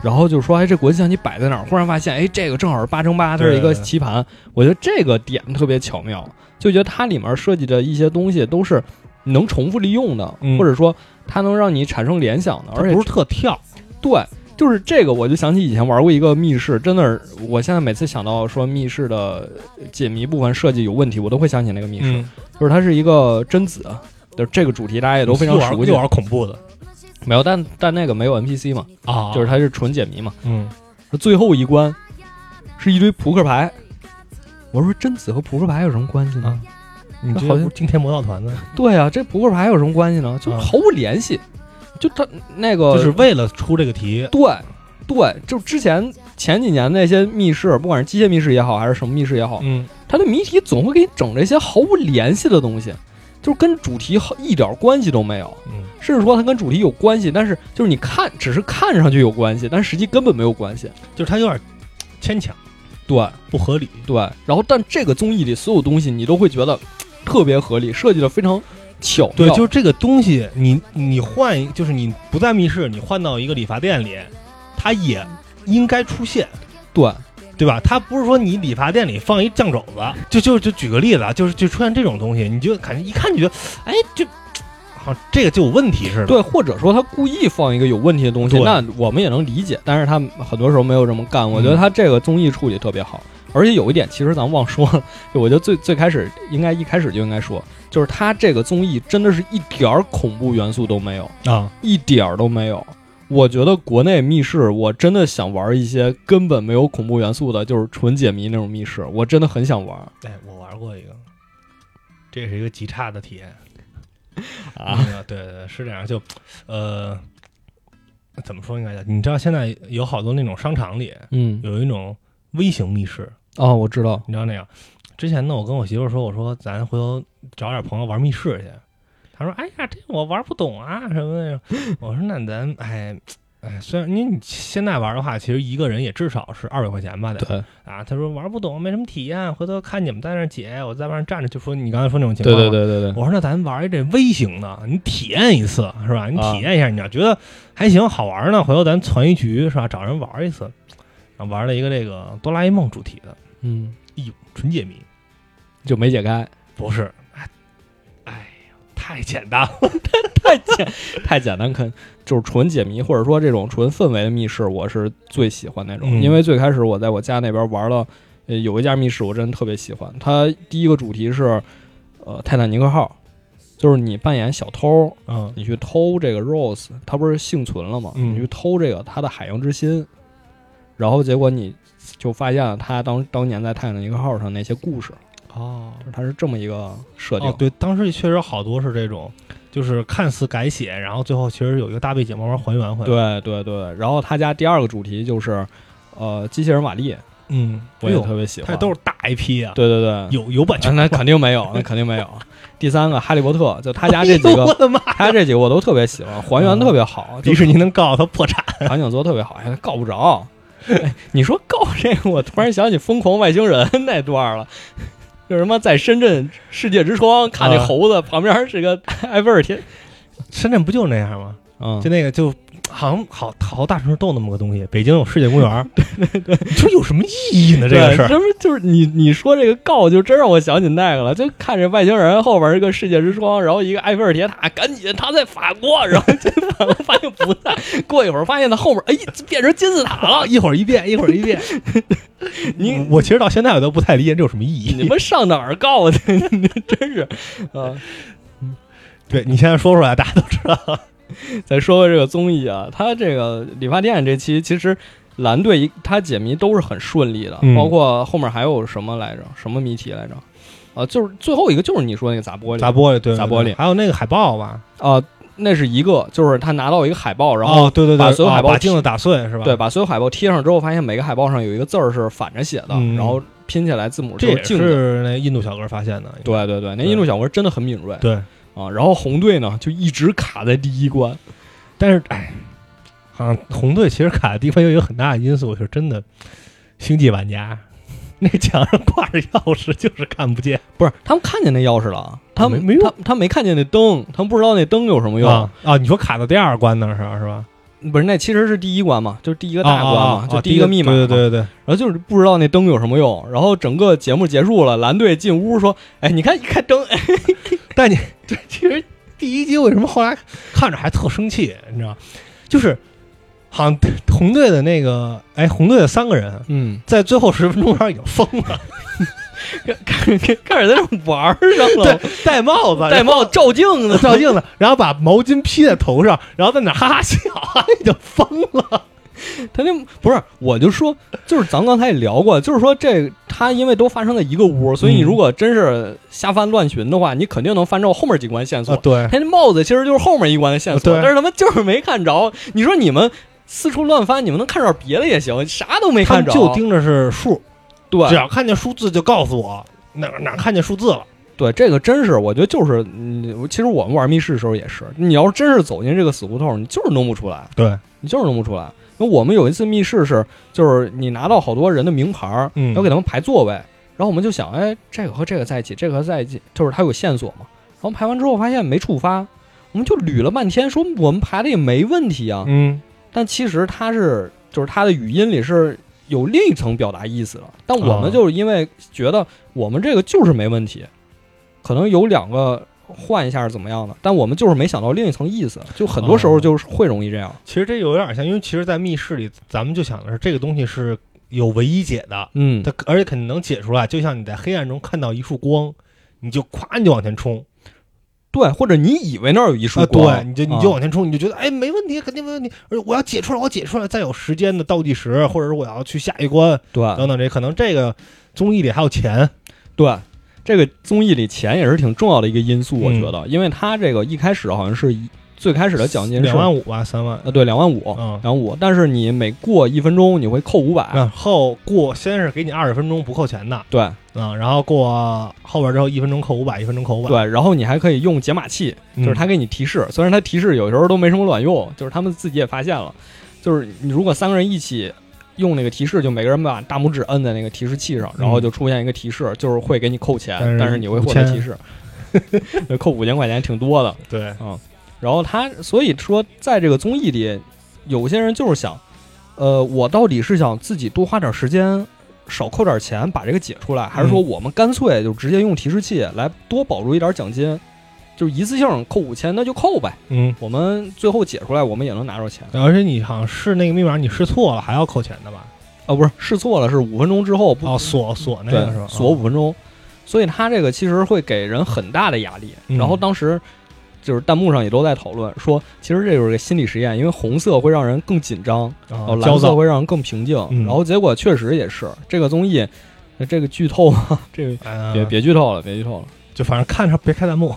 B: 然后就说哎这国际象棋摆在哪儿？忽然发现哎这个正好是八乘八，它是一个
A: 对对对
B: 棋盘，我觉得这个点特别巧妙，就觉得它里面设计的一些东西都是能重复利用的，
A: 嗯
B: 或者说它能让你产生联想的，
A: 它
B: 而且
A: 不是特跳，
B: 对，就是这个，我就想起以前玩过一个密室，真的是，我现在每次想到说密室的解谜部分设计有问题，我都会想起那个密室，
A: 嗯，
B: 就是它是一个贞子，啊就是这个主题大家也都非常
A: 又玩
B: 熟悉
A: 又，玩恐怖的
B: 没有，但但那个没有 NPC 嘛，
A: 啊，
B: 就是它是纯解谜嘛，
A: 嗯
B: 最后一关是一堆扑克牌。我说贞子和扑克牌有什么关系呢？
A: 啊你这
B: 好
A: 不
B: 像
A: 是惊天魔盗团的，
B: 对啊，这扑克牌有什么关系呢？就
A: 啊
B: 毫无联系，就它那个
A: 就是为了出这个题，
B: 对，对，就之前前几年那些密室，不管是机械密室也好，还是什么密室也好，
A: 嗯，
B: 它的谜题总会给你整这些毫无联系的东西，就是跟主题毫一点关系都没有。
A: 嗯，
B: 甚至说它跟主题有关系，但是就是你看，只是看上去有关系，但实际根本没有关系。
A: 就是它有点牵强，
B: 对
A: 不合理，
B: 对，然后但这个综艺里所有东西，你都会觉得嘖特别合理，设计的非常巧妙。
A: 对，就是这个东西，你你换一，就是你不在密室，你换到一个理发店里，它也应该出现，
B: 对
A: 对吧？它不是说你理发店里放一酱肘子，就就就举个例子啊，就是就出现这种东西，你就感觉一看就觉得，哎，就好像这个就有问题似的。
B: 对，或者说他故意放一个有问题的东西，
A: 对
B: 那我们也能理解。但是他很多时候没有这么干，我觉得
A: 嗯
B: 他这个综艺处理特别好。而且有一点，其实咱们忘说了，就我觉得最最开始应该一开始就应该说，就是他这个综艺真的是一点儿恐怖元素都没有，
A: 啊，
B: 一点儿都没有。我觉得国内密室，我真的想玩一些根本没有恐怖元素的，就是纯解谜那种密室，我真的很想玩
A: 哎，我玩过一个，这是一个极差的体验
B: 啊。
A: 那个对对对，是这样，就呃，怎么说应该叫？你知道现在有好多那种商场里
B: 嗯，
A: 有一种微型密室，
B: 哦，我知道，
A: 你知道那样。之前呢，我跟我媳妇儿说，我说咱回头找点朋友玩密室去。她说：“哎呀，这我玩不懂啊，什么那种。”我说：“那咱哎哎，虽然您现在玩的话，其实一个人也至少是二百块钱吧得
B: 对
A: 啊。”她说：“玩不懂，没什么体验，回头看你们在那儿解，我在外面站着，就说你刚才说那种情
B: 对
A: 况。”
B: 对对对对，
A: 我说那咱玩一这微型的，你体验一次是吧？你
B: 啊
A: 体验一下，你要觉得还行好玩呢，回头咱攒一局是吧？找人玩一次，然后玩了一个这个哆啦 A 梦主题的，
B: 嗯，
A: 纯解谜，
B: 就没解开，
A: 不是，哎，哎呀，太简单了，
B: 太简太简单，肯就是纯解谜，或者说这种纯氛围的密室，我是最喜欢那种。
A: 嗯
B: 因为最开始我在我家那边玩了，呃，有一家密室我真的特别喜欢。它第一个主题是，呃，泰坦尼克号，就是你扮演小偷，
A: 嗯
B: 你去偷这个 Rose，他不是幸存了吗？
A: 嗯
B: 你去偷这个他的海洋之心，然后结果你就发现了他当当年在泰坦尼克号上那些故事，
A: 哦
B: 它是这么一个设定。
A: 哦，对，当时确实好多是这种，就是看似改写，然后最后其实有一个大背景慢慢还原回来。，
B: 对对对，然后他家第二个主题就是，呃，机器人玛丽，
A: 嗯，
B: 我
A: 哎
B: 也
A: 呦
B: 特别喜欢。
A: 它都是大 IP 啊，嗯
B: 对对对，
A: 有有版
B: 啊
A: 权。
B: 那肯定没有，那肯定没有。第三个《哈利波特》，就他家这几
A: 哎呦我
B: 个，
A: 的妈！
B: 他这几个我都特别喜欢，还原特别好，就
A: 迪士尼能告诉他破产，
B: 场景做得特别好，哎，告不着。哎你说告这个，我突然想起《疯狂外星人》那段儿了。就是什么在深圳世界之窗看那
A: 啊
B: 猴子，旁边是 个埃菲尔铁，
A: 深圳不就那样吗？
B: 嗯
A: 就，那个就好像好好大城市都那么个东西，北京有世界公园， 对对对，你说有什么意义呢？这个
B: 对，
A: 事儿，
B: 这不就是你你说这个告，就真让我想起那个了。就看着外星人后边一个世界之窗，然后一个埃菲尔铁塔，赶紧他在法国，然后就法国发现不在，过一会儿发现他后边哎变成金字塔了。
A: 一会儿一遍，一会儿一 遍。嗯
B: 你
A: 我其实到现在我都不太理解这有什么意
B: 你
A: 义。
B: 们上哪儿告去？你 真是啊！
A: 对你现在说出来，大家都知道。
B: 再说说这个综艺啊，他这个理发店这期其实蓝队一他解谜都是很顺利的，
A: 嗯
B: 包括后面还有什么来着？什么谜题来着？啊，就是最后一个就是你说那个砸玻璃，
A: 砸玻璃，对，
B: 砸玻璃
A: 还有那个海报吧？
B: 啊，那是一个，就是他拿到一个海报，然后、
A: 哦，对对对，
B: 把所有
A: 哦
B: 海报
A: 把镜子打碎是吧？
B: 对，把所有海报贴上之后，发现每个海报上有一个字儿是反着写的，
A: 嗯
B: 然后拼起来字母
A: 这
B: 就是
A: 也
B: 镜子。
A: 是那印度小哥发现的。
B: 对对对，那
A: 对
B: 印度小哥真的很敏锐
A: 对，
B: 啊。然后红队呢，就一直卡在第一关，
A: 但是哎，啊，红队其实卡的地方有一个很大的因素，就是真的星际玩家那墙上挂着钥匙就是看不见
B: 不是他们看见那钥匙了，他们
A: 没没用
B: 他他没看见那灯，他们不知道那灯有什么用。
A: 啊啊！你说卡到第二关那儿是吧？是吧？
B: 不是，那其实是第一关嘛，就是第一
A: 一
B: 个大关嘛，就
A: 啊第
B: 一个密码嘛。
A: 对对对对，
B: 然后就是不知道那灯有什么用，然后整个节目结束了，蓝队进屋说：“哎，你看，一看灯，哎，
A: 但你这其实第一集为什么后来看着还特生气，你知道？就是好像红队的那个哎，红队的三个人
B: 嗯，
A: 在最后十分钟上已经疯了，
B: 开始开始在那玩儿上
A: 对
B: 了，，
A: 戴帽子，
B: 戴帽照 镜子，
A: 照镜子，然后把毛巾披在头上，然后在那哈哈笑， 已经疯了。
B: 他那不是，我就说，就是咱刚才也聊过，就是说这他因为都发生在一个屋，所以你
A: 嗯
B: 如果真是瞎翻乱寻的话，你肯定能翻着后面几关线索。
A: 啊对，
B: 他那帽子其实就是后面一关的线索，
A: 对
B: 但是他们就是没看着。你说你们四处乱翻，你们能看着点别的也行，啥都没
A: 他
B: 看
A: 们
B: 着，
A: 就盯着是啊数，只
B: 对
A: 要看见数字就告诉我哪哪看见数字了。
B: 对，这个真是，我觉得就是，嗯，其实我们玩密室的时候也是，你要是真是走进这个死胡同，你就是弄不出来。
A: 对，
B: 你就是弄不出来。那我们有一次密室是，就是你拿到好多人的名牌儿，
A: 嗯
B: 然后给他们排座位，然后我们就想，哎，这个和这个在一起，这个和在一起，就是它有线索嘛。然后排完之后发现没触发，我们就捋了半天，说我们排的也没问题啊。
A: 嗯，
B: 但其实它是，就是它的语音里是有另一层表达意思的，但我
A: 啊
B: 们就是因为觉得我们这个就是没问题，可能有两个。换一下是怎么样的？但我们就是没想到另一层意思，就很多时候
A: 哦
B: 就是会容易这样。
A: 其实这有点像，因为其实，在密室里，咱们就想的是这个东西是有唯一解的，
B: 嗯，
A: 它而且肯定能解出来。就像你在黑暗中看到一束光，你就咵你就往前冲
B: 对，或者你以为那儿有一束
A: 啊，
B: 光，嗯
A: 对，你就你就往前冲，你就觉得哎没问题，肯定没问题。而我要解出来，我解出来，再有时间的倒计时，或者是我要去下一关
B: 啊、对
A: 等等，这可能这个综艺里还有钱，
B: 对。这个综艺里钱也是挺重要的一个因素，我
A: 嗯
B: 觉得，因为他这个一开始好像是一最开始的奖金是
A: 两万五吧，三万。
B: 呃，对，两万五，
A: 嗯
B: 两万五，但是你每过一分钟你会扣五百、
A: 然后过先是给你二十分钟不扣钱的，
B: 对
A: 嗯，然后过后边之后一分钟扣五百，一分钟扣五百，
B: 对，然后你还可以用解码器，
A: 嗯，
B: 就是他给你提示，虽然他提示有时候都没什么卵用，就是他们自己也发现了，就是你如果三个人一起用那个提示，就每个人把大拇指摁在那个提示器上，然后就出现一个提示，就是会给你扣钱，
A: 但是
B: 但是你会获得提示，就 扣五千块钱挺多的。
A: 对，
B: 然后他所以说，在这个综艺里，有些人就是想，呃，我到底是想自己多花点时间。少扣点钱把这个解出来，还是说我们干脆就直接用提示器来多保住一点奖金，就是一次性扣五千，那就扣呗。
A: 嗯，
B: 我们最后解出来，我们也能拿着钱。
A: 而且你好像是那个密码你试错了，还要扣钱的吧？
B: 啊，不是试错了，是五分钟之后不、
A: 哦，锁锁那
B: 对
A: 个是吧？
B: 锁五分钟，所以他这个其实会给人很大的压力。
A: 嗯
B: 然后当时就是弹幕上也都在讨论说，其实这就是个心理实验，因为红色会让人更紧张，然后
A: 哦，
B: 蓝
A: 焦
B: 色
A: 躁，
B: 会让人更平静。
A: 嗯
B: 然后结果确实也是这个综艺，呃这个剧透啊，这个
A: 嗯
B: 别别剧透了，别剧透了。
A: 就反正看着别开弹幕，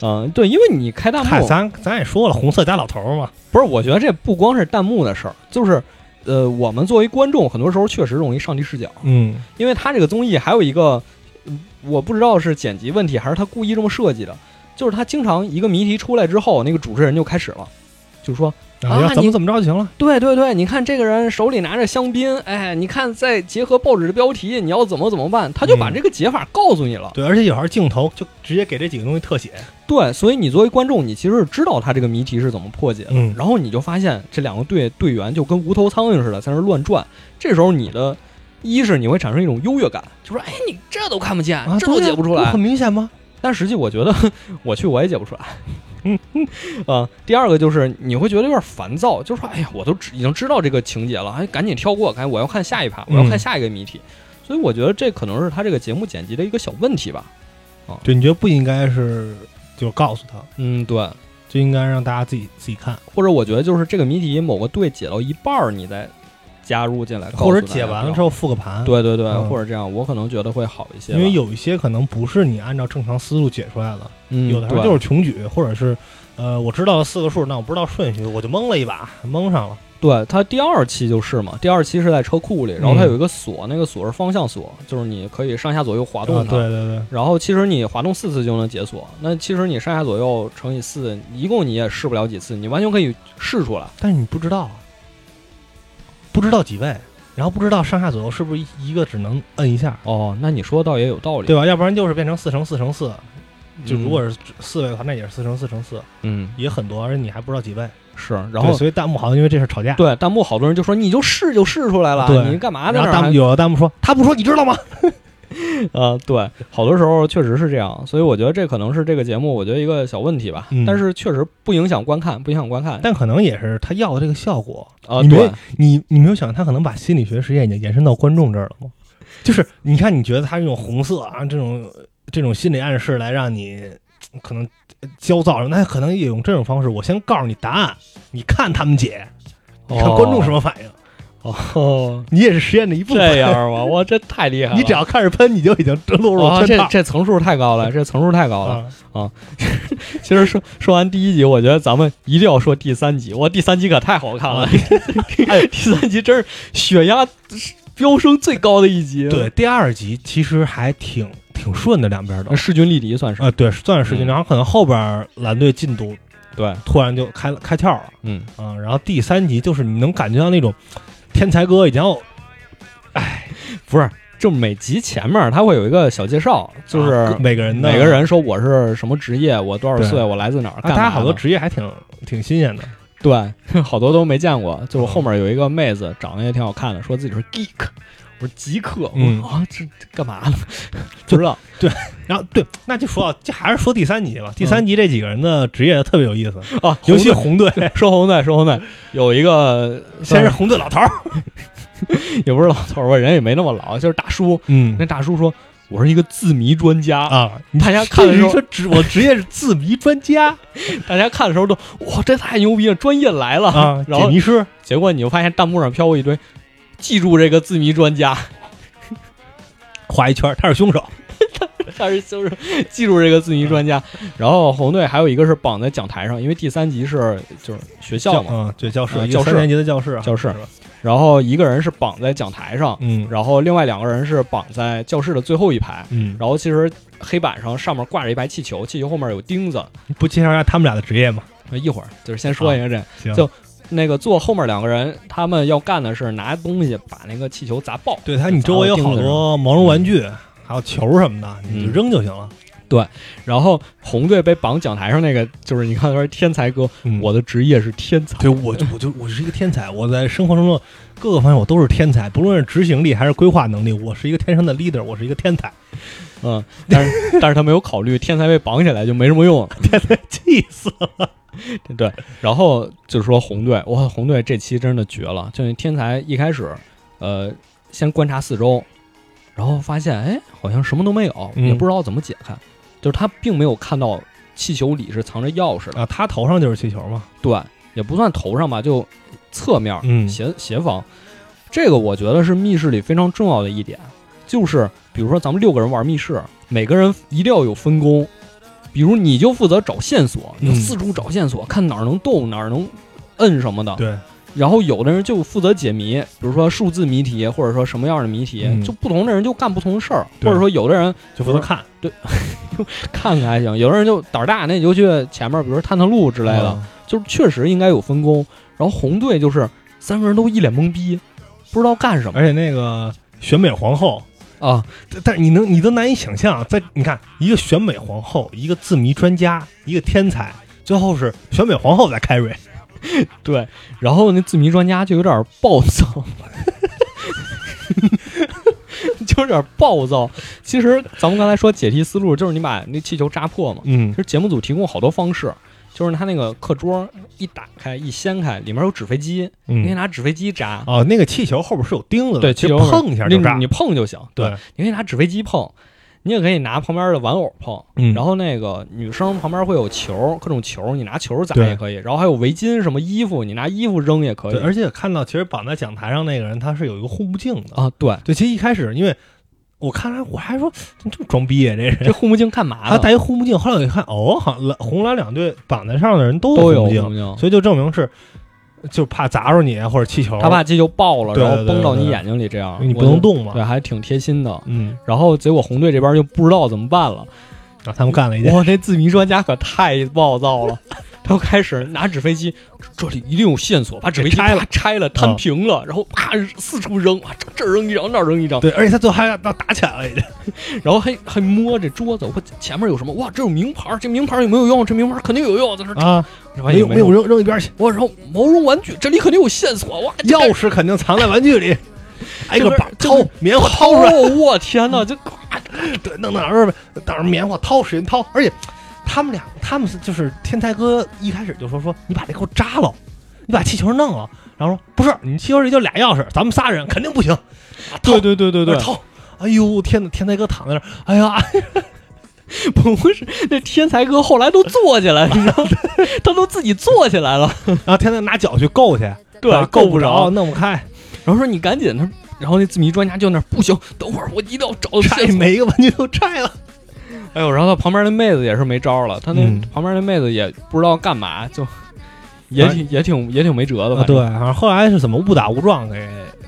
B: 嗯，对，因为你开弹
A: 看
B: 幕，
A: 咱咱也说了，红色加老头儿嘛，
B: 不是，我觉得这不光是弹幕的事儿，就是呃，我们作为观众，很多时候确实容易上帝视角。
A: 嗯，
B: 因为他这个综艺还有一个，嗯我不知道是剪辑问题还是他故意这么设计的，就是他经常一个谜题出来之后，那个主持人就开始了，就说啊
A: 要怎
B: 你
A: 么怎么着就行了，
B: 对对对，你看这个人手里拿着香槟，哎，你看再结合报纸的标题，你要怎么怎么办，他就把
A: 嗯
B: 这个解法告诉你了。
A: 对，而且有时候镜头就直接给这几个东西特写，
B: 对，所以你作为观众，你其实是知道他这个谜题是怎么破解的，
A: 嗯
B: 然后你就发现这两个队队员就跟无头苍蝇似的在那儿乱转，这时候你的。一是你会产生一种优越感，就说：“哎，你这都看不见，
A: 啊，
B: 这都
A: 对呀
B: 解不出来，
A: 很明显吗？
B: 但实际我觉得我去我也解不出来。
A: 嗯
B: 啊，第二个就是你会觉得有点烦躁，就是说，哎呀，我都知已经知道这个情节了，哎，赶紧跳过，赶紧我要看下一趴，
A: 嗯
B: 我要看下一个谜题。所以我觉得这可能是他这个节目剪辑的一个小问题吧。
A: 对，你觉得不应该是就告诉他，
B: 嗯，对，
A: 就应该让大家自己自己看，
B: 或者我觉得就是这个谜题某个队解到一半儿，你再加入进来，
A: 或者
B: 告诉大家
A: 解完
B: 这
A: 了
B: 样
A: 之后复个盘，。
B: 对对对，
A: 嗯
B: 或者这样，我可能觉得会好一些吧，
A: 因为有一些可能不是你按照正常思路解出来的，
B: 嗯
A: 有的时
B: 对
A: 候就是穷举，或者是呃，我知道了四个数，那我不知道顺序，我就蒙了一把，蒙上了。
B: 对它第二期就是嘛，第二期是在车库里，然后它
A: 嗯
B: 有一个锁，那个锁是方向锁，就是你可以上下左右滑动
A: 啊
B: 它。
A: 对对
B: 然后其实你滑动四次就能解锁，那其实你上下左右乘以四，一共你也试不了几次，你完全可以试出来。
A: 但是你不知道，啊不知道几位，然后不知道上下左右是不是一一个只能摁一下，
B: 哦，那你说倒也有道理。
A: 对吧？要不然就是变成四乘四乘四，就
B: 嗯
A: 如果是四位的话，那也是四乘四乘四，
B: 嗯
A: 也很多，而且你还不知道几位。
B: 是，然
A: 然
B: 后
A: 后所以弹幕好像因为这事吵架。
B: 对弹幕好多人就说你就试就试出来了，
A: 对
B: 你干嘛在
A: 然
B: 那
A: 后弹
B: 儿啊
A: 幕
B: 还？
A: 有的弹幕说他不说你知道吗？啊
B: 呃，对，好多时候确实是这样，所以我觉得这可能是这个节目我觉得一个小问题吧，
A: 嗯
B: 但是确实不影响观看，不影响观看。
A: 但可能也是他要的这个效果。
B: 啊、
A: 你没
B: 对，
A: 你你没有想，他可能把心理学实验已经延伸到观众这儿了吗？就是你看，你觉得他用红色啊这种这种心理暗示来让你呃可能呃焦躁什么，那他可能也用这种方式，我先告诉你答案，你看他们解，你看观众什么反应，
B: 哦，
A: 你也是实验的一部分。
B: 这样吗？哇，这太厉害了！
A: 你只要开始喷，你就已经落入
B: 哇
A: 了圈
B: 哦这哦
A: 套。
B: 这层数太高了，这层数太高了。
A: 啊
B: 其实说说完第一集，我觉得咱们一定要说第三集。哇，第三集可太好看
A: 啊
B: 了！ 哎，第三集真是血压飙升最高的一集。
A: 对，，第二集其实还挺挺顺的，两边都。
B: 势均力敌算是。
A: 啊，对，算是事情。
B: 嗯
A: 然后可能后边蓝队进度
B: 对，
A: 突然就开了开窍了。
B: 嗯，
A: 啊，然后第三集就是你能感觉到那种天才哥已经
B: 啊
A: 要
B: 不是，就每集前面他会有一个小介绍，就是。
A: 啊每个人的
B: 每个人说我是什么职业，我多少
A: 对
B: 岁，我来自哪儿，
A: 啊，
B: 干
A: 大
B: 嘛
A: 家好多
B: 的
A: 职业还挺挺新鲜的。
B: 对， 好多都没见过。就是后
A: 嗯
B: 面有一个妹子长得也挺好看的，说自己是 geek，我说极客，
A: 嗯
B: 我说啊这这干嘛 呢？不知道，
A: 然后对，那就说到这还是说第三集吧。第三集这几个人的职业特别有意思，
B: 啊，
A: 尤其
B: 嗯红
A: 红 队，
B: 队说红队说红队有一 个
A: 先是红队老头儿，
B: 也不是老头儿吧，人也没那么老，就是大叔。
A: 嗯
B: 那大叔说：“我是一个字谜专家。
A: 啊，
B: 大家
A: 看
B: 看的时
A: 人
B: 候
A: 说，职我职业是字谜专家
B: 大家看的时候都哇，这太牛逼了，专业来了。
A: 啊，
B: 然
A: 解
B: 后
A: 谜师，
B: 结果你就发现弹幕上飘过一堆，记住这个字谜专家，
A: 画一圈儿，他是凶手。
B: 但是就是记住这个字谜专家。然后红队还有一个是绑在讲台上，因为第三集是就是学校嘛，
A: 啊，对，教室
B: 啊，
A: 一个
B: 教室
A: 三年级的教室啊，
B: 教室
A: 是吧
B: 然后一个人是绑在讲台上，
A: 嗯
B: 然后另外两个人是绑在教室的最后一排。
A: 嗯，
B: 然后其实黑板上上面挂着一排气球，气球后面有钉子。
A: 不介绍一下他们俩的职业吗？
B: 呃一会儿就是先说一个这，
A: 行
B: 就那个坐后面两个人，他们要干的是拿东西把那个气球砸爆。
A: 对它，你周围有好多毛绒玩具，还有球什么的，你就扔就行了。
B: 然后红队被绑讲台上那个，就是你看他是天才哥，
A: 嗯
B: 我的职业是天才。
A: 对我就我就我是一个天才，我在生活中的各个方面我都是天才，不论是执行力还是规划能力，我是一个天生的 leader，我是一个天才。
B: 嗯，但是但是他没有考虑天才被绑起来就没什么用了。
A: 气死！
B: 对，然后就说红队，哇，红队这期真的绝了！就那天才一开始，呃，先观察四周，然后发现哎，好像什么都没有，
A: 嗯
B: 也不知道怎么解开，就是他并没有看到气球里是藏着钥匙的，
A: 啊，他头上就是气球嘛。
B: 对，也不算头上吧，就侧面，
A: 嗯
B: 斜斜方。这个我觉得是密室里非常重要的一点，就是比如说咱们六个人玩密室，每个人一定要有分工。比如你就负责找线索，
A: 嗯
B: 你就四处找线索，看哪儿能动，哪儿能摁什么的。
A: 对，
B: 然后有的人就负责解谜，比如说数字谜题，或者说什么样的谜题，
A: 嗯
B: 就不同的人就干不同的事儿，
A: 对
B: 或者说有的人
A: 就负责看
B: 看看还行，有的人就胆儿大，那你就去前面，比如说探探路之
A: 之
B: 类的。就是确实应该有分工。然后红队就是三个人都一脸懵逼，不知道干什么
A: 而且那个选美皇后，
B: 啊。
A: 但但是你能你都难以想象，啊在你看一个选美皇后，一个字谜专家，一个天才，最后是选美皇后在 carry。
B: 对，然后那字谜专家就有点暴躁， 就有点暴躁。其实咱们刚才说解题思路就是你把那气球扎破嘛，
A: 嗯
B: 其实节目组提供好多方式。就是他那个课桌一打开一掀开，里面有纸飞机，你可
A: 嗯。
B: 以拿纸飞机扎，
A: 哦，那个气球后边是有钉子的，
B: 对，
A: 就
B: 气球
A: 碰一下就
B: 你
A: 炸
B: 你。碰就行。
A: 对，
B: 你可以拿纸飞机碰，你也可以拿旁边的玩偶碰。
A: 嗯
B: 然后那个女生旁边会有球，各种球，你拿球砸
A: 对
B: 也可以。然后还有围巾、什么衣服，你拿衣服扔也可
A: 对，
B: 以。
A: 而且看到其实绑在讲台上那个人，他是有一个护目镜的。
B: 啊，对，
A: 对，其实一开始因为我看来我还说怎么这么装逼啊，这人。
B: 这护目镜干嘛
A: 他
B: 呢？
A: 戴一护目镜，后来我一看，哦，好像蓝红蓝两队绑在上的人都
B: 都
A: 有护目
B: 有护目
A: 镜，
B: 镜，
A: 所以就证明是就怕砸着你啊或者气球，
B: 他怕气球爆了，
A: 对
B: 然后
A: 对
B: 崩到
A: 对
B: 你
A: 对
B: 眼睛里这样，
A: 你不
B: 我就
A: 能动嘛。
B: 对，还挺贴心的。
A: 嗯，
B: 然后结果红队这边就不知道怎 么办了，
A: 啊，他们干了一件，
B: 哇，那字谜专家可太暴躁了， 他又开始拿纸飞机，这里一定有线索，把纸飞机
A: 拆了嗯
B: 啪拆了，摊平了，然后啪四处扔，哇，这这儿扔一张，那儿扔一张，
A: 对，而且他最后还要打打起来了，已经。
B: 然后还还摸这桌子，我前面有什么？哇，这有名牌，这名牌有没有用？这名牌肯定有用，在这
A: 啊，
B: 发
A: 没
B: 现
A: 有没有扔扔一边去，
B: 我然后毛绒玩具，这里肯定有线索，哇，这
A: 钥匙肯定藏在玩具里，挨个把
B: 这边
A: 掏棉花掏出来，
B: 哦，我天哪，这咔
A: 对，弄哪儿呗，当时棉花掏使劲掏，而且他们俩他们是就是天才哥一开始就说说你把这给我扎了，你把气球弄了，然后说不是你气球里就俩钥匙，咱们仨人肯定不行，啊掏
B: 对对对
A: 在那儿掏。哎呦天哪！天才哥躺在那儿，哎呀，
B: 不是，那天才哥后来都坐起来了，你知道吗？ 他都自己坐起来了，
A: 然后天才拿脚去够去，
B: 对
A: 然后
B: 够
A: 够
B: 不着
A: 着，弄不开，
B: 然后说你赶紧，他然后那字谜专家就那儿不行，等会儿我一定要找到
A: 拆
B: 线索。
A: 每一个玩具都拆了。
B: 哎呦，然后他旁边那妹子也是没招了，他那
A: 嗯
B: 旁边那妹子也不知道干嘛，就也
A: 反
B: 挺也挺也挺没辙的，
A: 啊，
B: 反
A: 对，
B: 正
A: 反正后来是怎么误打误撞给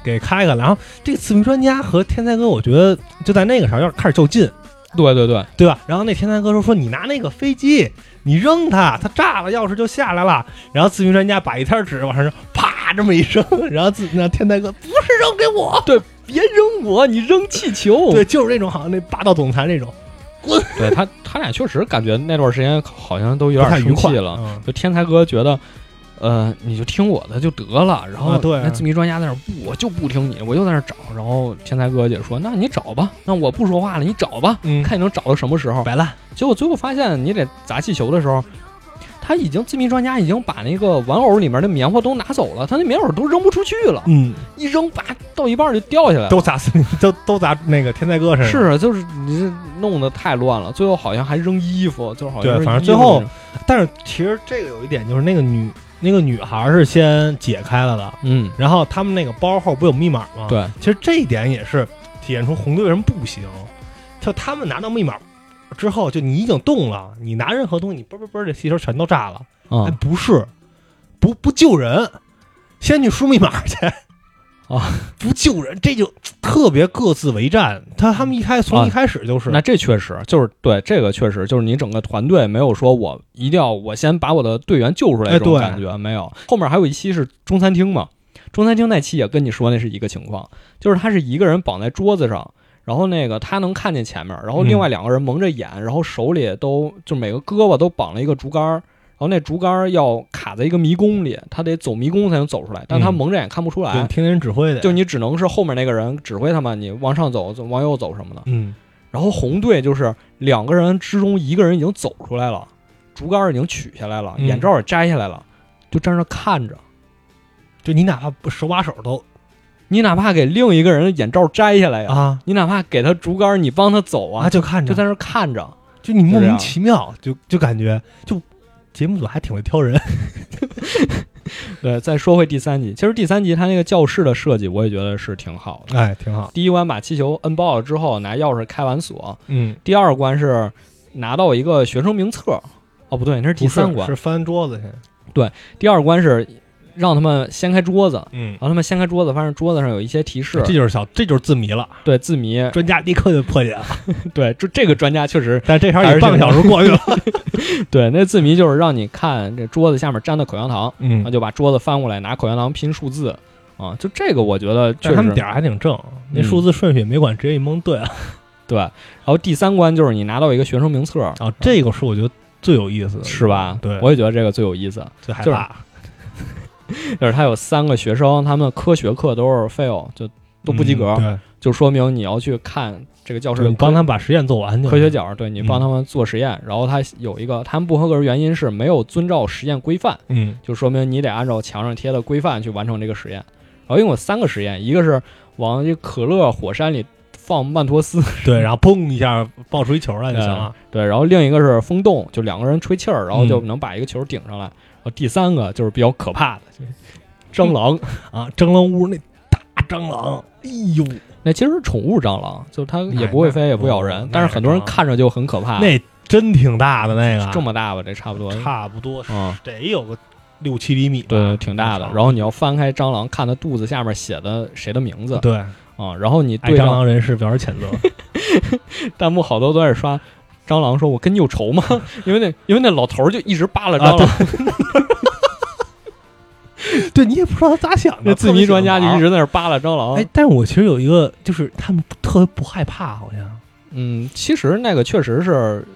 A: 给开开了。然后这个刺迷专家和天才哥，我觉得就在那个时候有点开始较劲，
B: 对对对，
A: 对吧？然后那天才哥说说你拿那个飞机，你扔它，它炸了，钥匙就下来了。然后刺迷专家把一摊纸往上扔，啪这么一扔， 然后自那天才哥不是扔给我，
B: 别扔我，你扔气球。
A: 对，就是那种好像那霸道总裁那种，
B: 对他他俩确实感觉那段时间好像都有
A: 不太
B: 点
A: 愉
B: 生气
A: 快
B: 了。
A: 嗯
B: 就天才哥觉得，呃，你就听我的就得了。然后
A: 啊对
B: 那字谜专家在那儿不，我就不听你，我就在那儿找。然后天才哥也说，那你找吧，那我不说话了，你找吧，
A: 嗯，
B: 看你能找到什么时候。
A: 摆烂，
B: 结果最后发现，你得砸气球的时候。他已经字谜专家已经把那个玩偶里面的棉花都拿走了，他那棉偶都扔不出去了，
A: 嗯，
B: 一扔吧到一半就掉下来了。
A: 都砸刺迷都都砸那个天才哥身上。
B: 是，啊就是你这弄得太乱了，最后好像还扔衣服，就是好像
A: 对
B: 扔
A: 反正
B: 衣
A: 最
B: 服
A: 后
B: 那种，
A: 但是其实这个有一点就是那个女那个女孩是先解开了的。
B: 嗯，
A: 然后他们那个包后不有密码吗？，
B: 对，
A: 其实这一点也是体现出红队为什么不行。就他们拿到密码之后，就你已经动了，你拿任何东西，你嘣嘣嘣，这气球全都炸了。
B: 啊、
A: 哎，不是，不不救人，先去输密码去
B: 啊，
A: 不救人，这就特别各自为战。他他们一开从一开始就是，
B: 那这确实就是对这个确实就是你整个团队没有说我一定要我先把我的队员救出来
A: 哎
B: 这种
A: 对
B: 感觉、没有。后面还有一期是中餐厅嘛，中餐厅那期也跟你说那是一个情况，就是他是一个人绑在桌子上。然后那个他能看见前面，然后
A: 嗯
B: 另外两个人蒙着眼，然后手里都就每个胳膊都绑了一个竹竿儿，然后那竹竿儿要卡在一个迷宫里，他得走迷宫才能走出来，但他
A: 嗯
B: 蒙着眼看不出来，
A: 对，听人指挥的，
B: 就你只能是后面那个人指挥他们，你往上走，走往右走什么的。
A: 嗯，
B: 然后红队就是两个人之中一个人已经走出来了，竹竿已经取下来了，
A: 嗯
B: 眼罩也摘下来了，就站那看着。
A: 就你哪怕不手把手都
B: 你哪怕给另一个人的眼罩摘下来哎呀、
A: 啊
B: 你哪怕给他竹竿，你帮他走啊，
A: 啊，就看着
B: 就在那看着。
A: 就你莫
B: 就这
A: 名
B: 样
A: 其妙，就就感觉就节目组还挺会挑人，
B: 对，再说回第三集，其实第三集他那个教室的设计，我也觉得是挺好的。啊
A: 哎，挺好。
B: 第一关把气球摁爆了之后，拿钥匙开完锁；
A: 嗯，
B: 第二关是拿到一个学生名册，哦，不对，那是第三
A: 不
B: 关
A: 是。是翻桌子去。
B: 第二关是让他们掀开桌子，
A: 嗯
B: 然，后他们掀开桌子，发现桌子上有一些提示，
A: 这就是小，这就是字谜了。
B: 对字谜，
A: 专家立刻就破解了，
B: 对，这这个专家确 实
A: 但是这条
B: 还
A: 也
B: 是
A: 半个小时过去了。
B: 对那字谜就是让你看这桌子下面粘的口香糖，
A: 嗯
B: 然后就把桌子翻过来，拿口香糖拼数字啊，就这个我觉得确
A: 但他们
B: 实
A: 点儿还挺正，那
B: 嗯
A: 数字顺序也没管，直接一蒙对了。
B: 对。然后第三关就是你拿到一个学生名册，
A: 啊，这个是我觉得最有意思的，
B: 是吧？
A: 对，
B: 我也觉得这个最有意思，
A: 最害
B: 就是
A: 怕
B: 就是他有三个学生，他们科学课都是 fail，就都不及格，
A: 嗯
B: 就说明你要去看这个教室
A: 对，
B: 的
A: 你帮
B: 科
A: 他们把实验做完就
B: 科学
A: 行。
B: 角，对你
A: 嗯
B: 帮他们做实验，然后他有一个他们不合格的原因是没有遵照实验规范，
A: 嗯
B: 就说明你得按照墙上贴的规范去完成这个实验。然后一共有三个实验，一个是往这可乐火山里放曼陀斯，
A: 对，然后砰一下爆出一球来就行了。
B: 对，然后另一个是风洞，就两个人吹气儿，然后就
A: 嗯
B: 能把一个球顶上来。然后第三个就是比较可怕的，就是蟑螂，
A: 啊，蟑螂屋那大蟑螂，哎呦，
B: 那其实是宠物蟑螂，就是它也不会飞，也不咬人
A: 那，
B: 但是很多人
A: 嗯那
B: 看着就
A: 啊
B: 很可怕。
A: 那真挺大的那个，
B: 这么大吧，这差不多。
A: 差不多是
B: 啊、
A: 得有个六七厘米吧，
B: 对，挺大的。然后你要翻开蟑螂，看它肚子下面写的谁的名字啊、
A: 对，
B: 然后你
A: 爱
B: 对
A: 蟑
B: 上
A: 螂人士表示谴责。
B: 弹幕好多都在刷蟑螂，说我跟你有仇吗？ 因为那因为那老头儿就一直扒拉
A: 啊
B: 蟑螂，
A: 对你也不知道他咋想
B: 那
A: 的，
B: 字谜专家就一
A: 直
B: 直在那儿扒拉蟑螂。
A: 哎，但是我其实有一个，就是他们特别不害怕，好像
B: 嗯，其实那个确实是，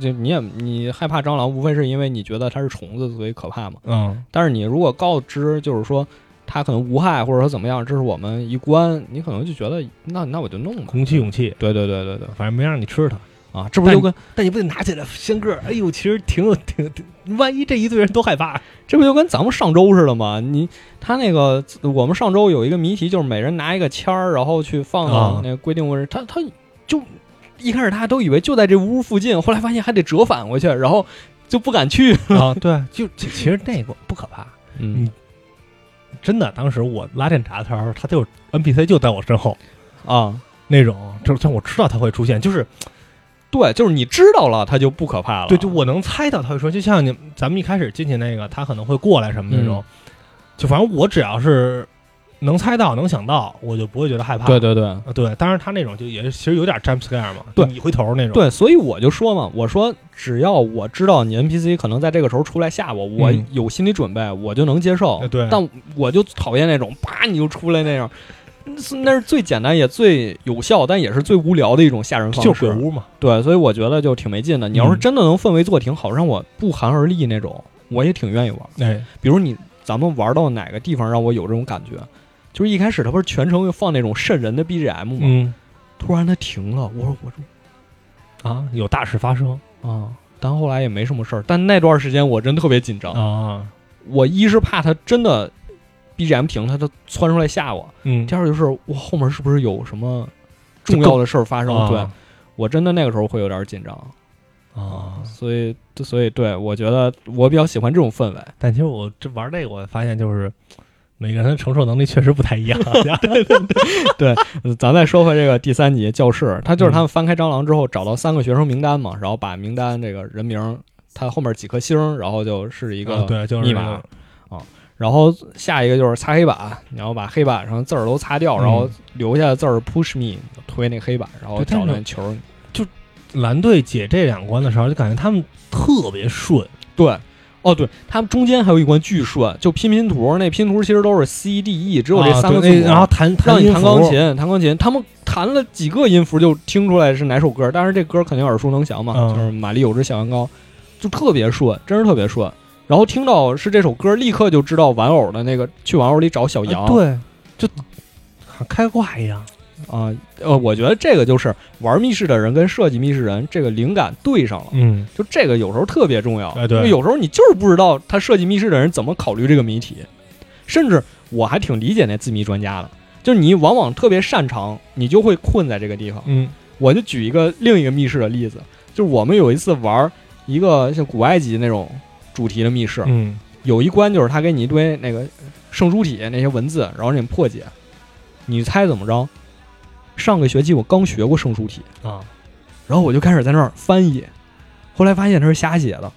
B: 就你也你害怕蟑螂，无非是因为你觉得它是虫子，所以可怕嘛。
A: 嗯
B: 但是你如果告知就是说它可能无害，或者说怎么样，这是我们一关，你可能就觉得那那我就弄吧。
A: 鼓起勇气，
B: 对对对对对
A: 反正没让你吃它。
B: 啊，这不就跟
A: 但你不得拿起来掀个儿？哎呦，其实挺有 挺，挺万一这一队人都害怕，
B: 这不就跟咱们上周似的吗？你他那个我们上周有一个谜题，就是每人拿一个签儿，然后去放到
A: 啊
B: 那个规定位置。他他就一开始大家都以为就在这屋附近，后来发现还得折返回去，然后就不敢去。
A: 啊，对，就其其实那个不可怕，
B: 嗯
A: 真的。当时我拉电闸的时候，他就 NPC 就在我身后
B: 啊，
A: 那种，就是但我知道他会出现，就是
B: 对，就是你知道了，他就不可怕了。
A: 对，就我能猜到他会说，就像你咱们一开始进去那个，他可能会过来什么那种，
B: 嗯
A: 就反正我只要是能猜到、能想到，我就不会觉得害怕。
B: 对对对
A: 啊，对，当然他那种就也是其实有点 jump scare 嘛，
B: 对
A: 你回头那种。
B: 对，所以我就说嘛，我说只要我知道你 NPC 可能在这个时候出来吓我，我
A: 嗯
B: 有心理准备，我就能接受
A: 呃。对
B: 但我就讨厌那种啪你就出来那样，那是那是最简单也最有效，但也是最无聊的一种吓人方式。
A: 就是鬼屋嘛，
B: 对，所以我觉得就挺没劲的。你要是
A: 嗯
B: 真的能氛围做挺好，让我不寒而栗那种，我也挺愿意玩。
A: 哎，
B: 比如你咱们玩到哪个地方让我有这种感觉，就是一开始他不是全程又放那种瘆人的 BGM 吗？
A: 嗯
B: 突然他停了，我说我
A: 啊，有大事发生
B: 这啊，但后来也没什么事儿。但那段时间我真特别紧张，
A: 啊，
B: 我一是怕他真的 BGM 停了，他就窜出来吓我；
A: 嗯
B: 第，二就是我后面是不是有什么重要的事儿发生？
A: 啊
B: 对我真的那个时候会有点紧张，
A: 啊，
B: 所以所以对我觉得我比较喜欢这种氛围。
A: 但其实我这玩这个，我发现就是每个人的承受能力确实不太一样。 对对
B: 呃咱再说回这个第三集教室，他就是他们翻开蟑螂之后找到三个学生名单嘛，然后把名单这个人名，他后面几颗星，然后就是一
A: 一
B: 个
A: 啊对就是
B: 密
A: 这
B: 码
A: 个
B: 嗯然后下一个就是擦黑板，你要把黑板上字儿都擦掉，
A: 嗯
B: 然后留下的字儿 push me 推那黑板，然后
A: 对但
B: 找
A: 是
B: 那球。
A: 蓝队解这两关的时候，就感觉他们特别顺，
B: 对，哦对，他们中间还有一关巨顺，就拼拼图，那拼图其实都是 C D E，只有这
A: 啊
B: 三个字
A: 对
B: 母。
A: 那然后弹
B: 让
A: 弹
B: 你
A: 音
B: 弹
A: 符
B: 钢，琴，弹钢琴，他们弹了几个音符就听出来是哪首歌，但是这歌肯定耳熟能详嘛，
A: 嗯
B: 就是《玛丽有只小羊羔》，就特别顺，真是特别顺。然后听到是这首歌，立刻就知道玩偶的那个去玩偶里找小羊。
A: 啊对，就好像开挂一样。
B: 啊，呃，我觉得这个就是玩密室的人跟设计密室人这个灵感对上了，
A: 嗯，
B: 就这个有时候特别重要。
A: 哎对
B: 因为有时候你就是不知道他设计密室的人怎么考虑这个谜题，甚至我还挺理解那字谜专家的，就是你往往特别擅长，你就会困在这个地方。
A: 嗯
B: 我就举一个另一个密室的例子，就是我们有一次玩一个像古埃及那种主题的密室，
A: 嗯
B: 有一关就是他给你一堆那个圣书体那些文字，然后让你破解，你猜怎么着？上个学期我刚学过圣书体，
A: 啊，
B: 然后我就开始在那儿翻译，后来发现它是瞎写的。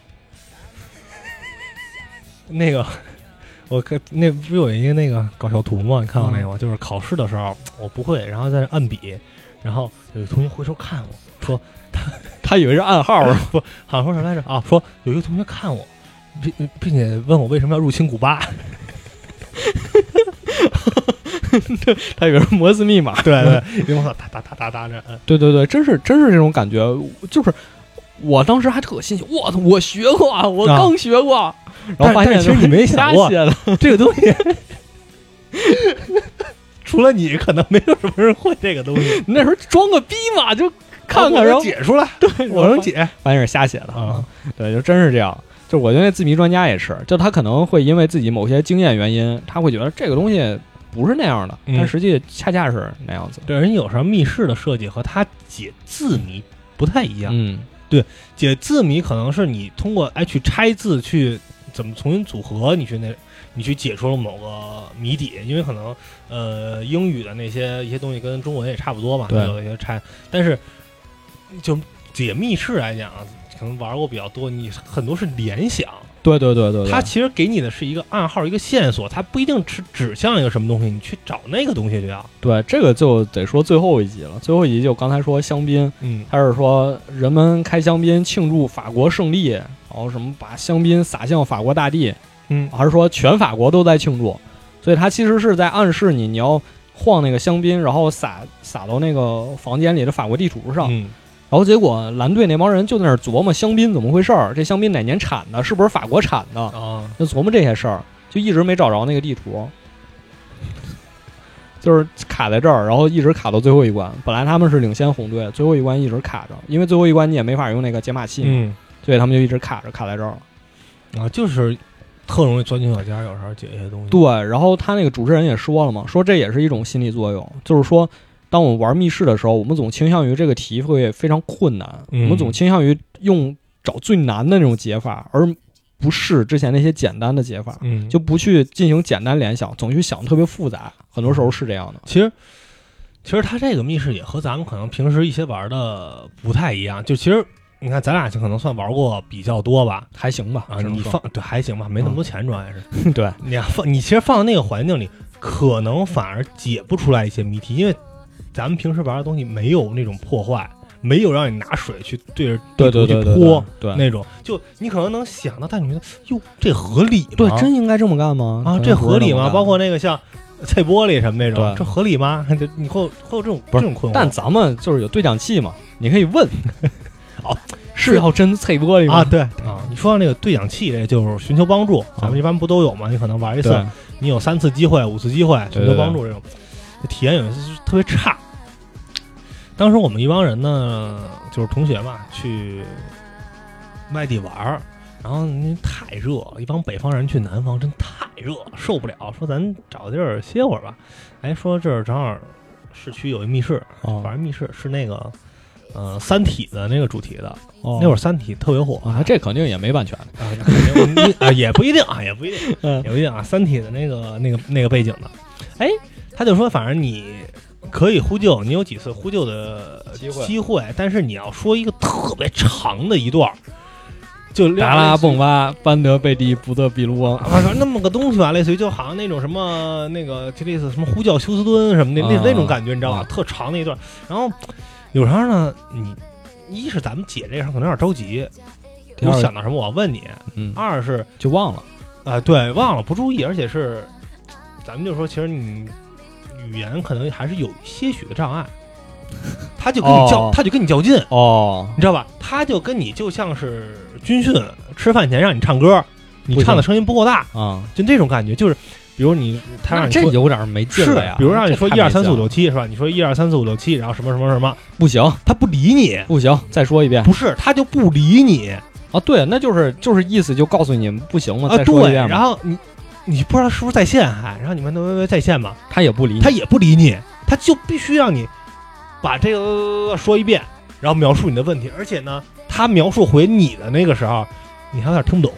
A: 那个。我看那不有一个那个搞笑图吗？你看过没有？就是考试的时候我不会，然后在那按笔，然后有一个同学回头看我说
B: 他以为是暗号，
A: 不，好像说什么来着啊？说有一个同学看我，并并且问我为什么要入侵古巴。
B: 他以为是摩斯密码。
A: 对对， 因为我打打打打打着，嗯
B: 对对对，真是真是这种感觉，就是我当时还特新鲜，我操我学过，啊，我
A: 啊
B: 刚学过，然后
A: 但
B: 发现
A: 但其实你没
B: 瞎
A: 想过
B: 写的。
A: 这个东西 除了你，可能没有什么人会这个东西。
B: 那时候装个逼嘛，就看
A: 啊
B: 看，
A: 我
B: 然
A: 能
B: 后
A: 解出来，对我能解
B: 发现是瞎写的
A: 啊。
B: 对，就真是这样。就我觉得那字谜专家也是，就他可能会因为自己某些经验原因，他会觉得这个东西不是那样的，
A: 嗯
B: 但实际恰恰是那样子。
A: 对，人有时候密室的设计和他解字谜不太一样。
B: 嗯，
A: 解字谜可能是你通过哎去拆字去怎么重新组合，你去那你去解出了某个谜底，因为可能呃英语的那些一些东西跟中文也差不多嘛，
B: 对
A: 有一些拆，但是就解密室来讲，可能玩过比较多，你很多是联想，
B: 对对对对，对
A: 它其实给你的是一个暗号，一个线索，它不一定指指向一个什么东西，你去找那个东西就要。
B: 对这个就得说最后一集了。最后一集就刚才说香槟，
A: 嗯，
B: 他是说人们开香槟庆祝法国胜利，然后什么把香槟洒向法国大地，
A: 嗯
B: 还是说全法国都在庆祝？所以他其实是在暗示你，你要晃那个香槟，然后洒洒到那个房间里的法国地图上。
A: 嗯，
B: 然后结果蓝队那帮人就在那儿琢磨香槟怎么回事儿，这香槟哪年产的？是不是法国产的？
A: 啊，
B: 就琢磨这些事儿，就一直没找着那个地图， 就是卡在这儿，然后一直卡到最后一关。本来他们是领先红队，最后一关一直卡着，因为最后一关你也没法用那个解码器嘛，
A: 嗯
B: 所以他们就一直卡着，卡在这儿了。
A: 啊，就是特容易钻牛角尖儿，有时候解一些东西。
B: 对，然后他那个主持人也说了嘛，说这也是一种心理作用，就是说，当我们玩密室的时候，我们总倾向于这个题会非常困难，
A: 嗯
B: 我们总倾向于用找最难的那种解法，而不是之前那些简单的解法，
A: 嗯，
B: 就不去进行简单联想，总去想特别复杂，很多时候是这样的。
A: 其实，其实它这个密室也和咱们可能平时一些玩的不太一样。就其实你看，咱俩就可能算玩过比较多吧。
B: 还行吧，
A: 啊，
B: 只能
A: 你
B: 说嗯
A: 放对还行吧，没那么多钱主要也是。
B: 对
A: 你要放你其实放到那个环境里，可能反而解不出来一些谜题，因为咱们平时玩的东西没有那种破坏，没有让你拿水去对着
B: 对
A: 地图
B: 对对
A: 去
B: 对
A: 泼
B: 对对
A: 那种。就你可能能想到，但你觉得哟，这合理吗？
B: 对，真应该这么干吗？
A: 啊，
B: 可能
A: 这
B: 不是
A: 合理
B: 么
A: 吗？
B: 干
A: 包括那个像碎玻璃什么那种
B: 对，
A: 这合理吗？就你会有会有这种
B: 不
A: 这
B: 是
A: 种困惑。
B: 但咱们就是有对讲器嘛，你可以 问。
A: 哦，
B: 是要真脆玻璃吗？
A: 啊，对啊，你说到那个对讲器，这就是寻求帮助，咱们一般不都有吗？你可能玩一次，
B: 对，
A: 你有三次机会、五次机会
B: 对
A: 寻求帮助这种，这体验有一次就是特别差。当时我们一帮人呢，就是同学嘛，去外地玩儿，然后那太热，一帮北方人去南方真太热，受不了。说咱找地儿歇会儿吧。哎，说这儿正好市区有一密室，
B: 哦
A: 反正密室是那个呃《三体》的那个主题的，
B: 哦
A: 那会儿《三体》特别火
B: 啊，这肯定也没版权。
A: 啊，肯定啊也不一定啊，也不一定。
B: 嗯
A: 也不一定啊，《三体》的那个那个那个背景的。哎，他就说，反正你可以呼救，你有几次呼救的
B: 机会
A: 但是你要说一个特别长的一段儿，就
B: 达拉
A: 蹦
B: 蹦巴、班德贝蒂、布德比卢翁，
A: 啊，反正那么个东西吧，类似于就好像那种什么那个就类似什么呼叫休斯敦什么的那、
B: 啊
A: 那种感觉，你知道吧？
B: 啊
A: 特长的一段。然后有时候呢，你一是咱们姐这事儿可能有点着急，
B: 第
A: 我
B: 二
A: 想到什么我要问你；
B: 嗯，
A: 二是
B: 就忘了。
A: 啊，对，忘了不注意，而且是，咱们就说，其实你语言可能还是有些许的障碍，他就跟你较，
B: 哦
A: 他就跟你较劲，
B: 哦，
A: 你知道吧？他就跟你就像是军训吃饭前让你唱歌，你唱的声音不够大，
B: 啊，
A: 就那种感觉，就是比如你他让
B: 那
A: 你
B: 这
A: 说。
B: 有点没劲
A: 是
B: 了呀。
A: 比如让你说
B: 这
A: 一
B: 太
A: 二
B: 没劲
A: 三四五
B: 了
A: 六七是吧？你说一二三四五六七，然后什么什么什么，
B: 不行
A: 他不理你，
B: 不行，再说一遍
A: 不是他就不理你
B: 啊！对，那就是就是意思就告诉你不行嘛，
A: 啊
B: 再！说一
A: 对，
B: 遍
A: 然
B: 嘛。
A: 后你你不知道是不是在线还，然后你们喂喂喂在线嘛，
B: 他也不理你
A: 他也不理你，他就必须让你把这个说一遍，然后描述你的问题，而且呢，他描述回你的那个时候，你还有点听不懂，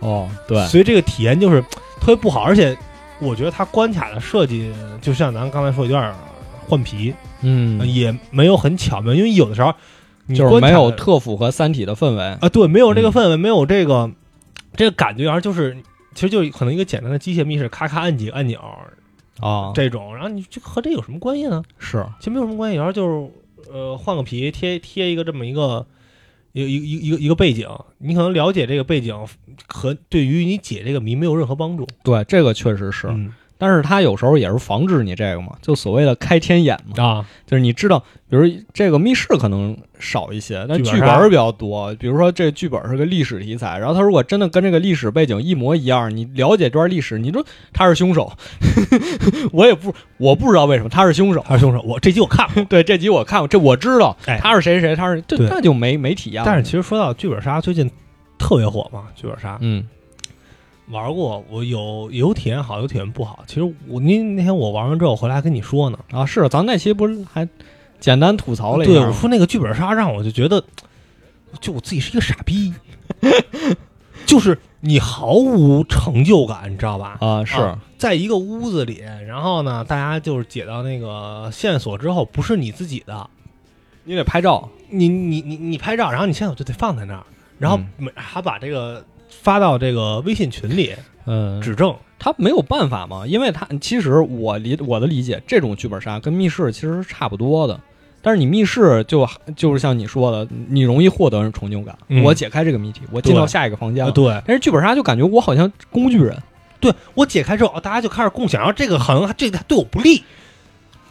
B: 哦，对，
A: 所以这个体验就是特别不好，而且我觉得他关卡的设计，就像咱刚才说，有点换皮，呃
B: 嗯，
A: 也没有很巧妙，因为有的时候你
B: 就是没有
A: 关卡的
B: 特符合《三体》的氛围。
A: 啊，对，没有这个
B: 嗯
A: 氛围，没有这个这个感觉，然后就是其实就可能一个简单的机械密室，咔咔按几个按钮
B: 啊，
A: 这种，然后你这和这有什么关系呢？
B: 是
A: 其实没有什么关系，然后就是呃换个皮贴贴一个这么一个一个一个一个一个背景，你可能了解这个背景和对于你解这个谜没有任何帮助。
B: 对，这个确实是，
A: 嗯
B: 但是他有时候也是防止你这个嘛，就所谓的开天眼嘛。
A: 啊，
B: 就是你知道，比如这个密室可能少一些，但
A: 剧本
B: 剧本
A: 杀
B: 儿比较多。比如说这剧本是个历史题材，然后他如果真的跟这个历史背景一模一样，你了解这段历史，你说他是凶手， 我也不我不知道为什么他是凶手。。
A: 他是凶手，我这集我看过
B: 对这集我看过，这我知道
A: 哎
B: 他是谁谁，他是这
A: 对
B: 那就没没体验了。
A: 但是其实说到剧本杀，最近特别火嘛，剧本杀
B: 嗯
A: 玩过，我有有体验好，有体验不好。其实我您那天我玩完之后回来还跟你说呢，
B: 啊是，咱那期不是还简单吐槽了一
A: 对
B: 下
A: 我
B: 吗？
A: 说那个剧本杀让我就觉得，就我自己是一个傻 逼，就是你毫无成就感，你知道吧？
B: 啊是
A: 啊在一个屋子里，然后呢，大家就是解到那个线索之后，不是你自己的，
B: 你得拍照，
A: 你你你你拍照，然后你线索就得放在那儿，然后
B: 嗯
A: 每还把这个发到这个微信群里
B: 嗯，
A: 指证。
B: 他没有办法嘛，因为他其实我理我的理解，这种剧本杀跟密室其实是差不多的。但是你密室就就是像你说的，你容易获得崇敬感。
A: 嗯
B: 我解开这个谜题，我进
A: 对
B: 到下一个房间
A: 啊，
B: 了。
A: 对，
B: 但是剧本杀就感觉我好像工具人，
A: 对我解开之后，大家就开始共享，然后这个好像这个对我不利。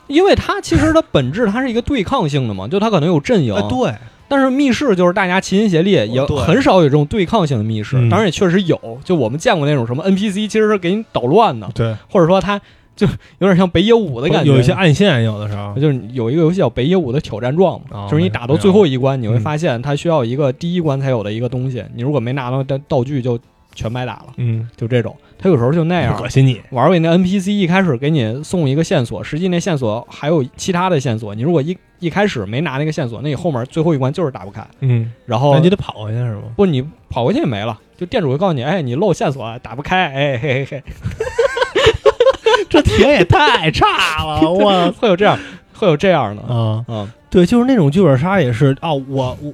B: 因为它其实它本质它是一个对抗性的嘛，就它可能有阵营。
A: 哎，对，哦
B: 但是密室就是大家齐心协力，也
A: 对
B: 很少有这种对抗性的密室。
A: 嗯
B: 当然也确实有，就我们见过那种什么 NPC 其实是给你捣乱的，
A: 对，
B: 或者说他就有点像北野武的感觉，
A: 有一些暗线，有的时候，
B: 啊就是有一个游戏叫《北野武的挑战状》嘛，
A: 哦
B: 就是你打到最后一关，你会发现它需要一个第一关才有的一个东西，你如果没拿到道道具就全白打了，
A: 嗯，
B: 就这种。它有时候就那样
A: 恶。心你，
B: 玩儿过那 NPC 一开始给你送一个线索，实际那线索还有其他的线索，你如果一一开始没拿那个线索，那你后面最后一关就是打不开。
A: 嗯，
B: 然后
A: 那你得跑回去是吗？
B: 不，你跑过去也没了，就店主会告诉你，哎，你漏线索啊打不开，哎嘿嘿嘿。
A: 这体验也太差 了，我
B: 会有这样，会有这样的。
A: 啊，
B: 嗯，
A: 对，就是那种剧本杀也是啊，我我。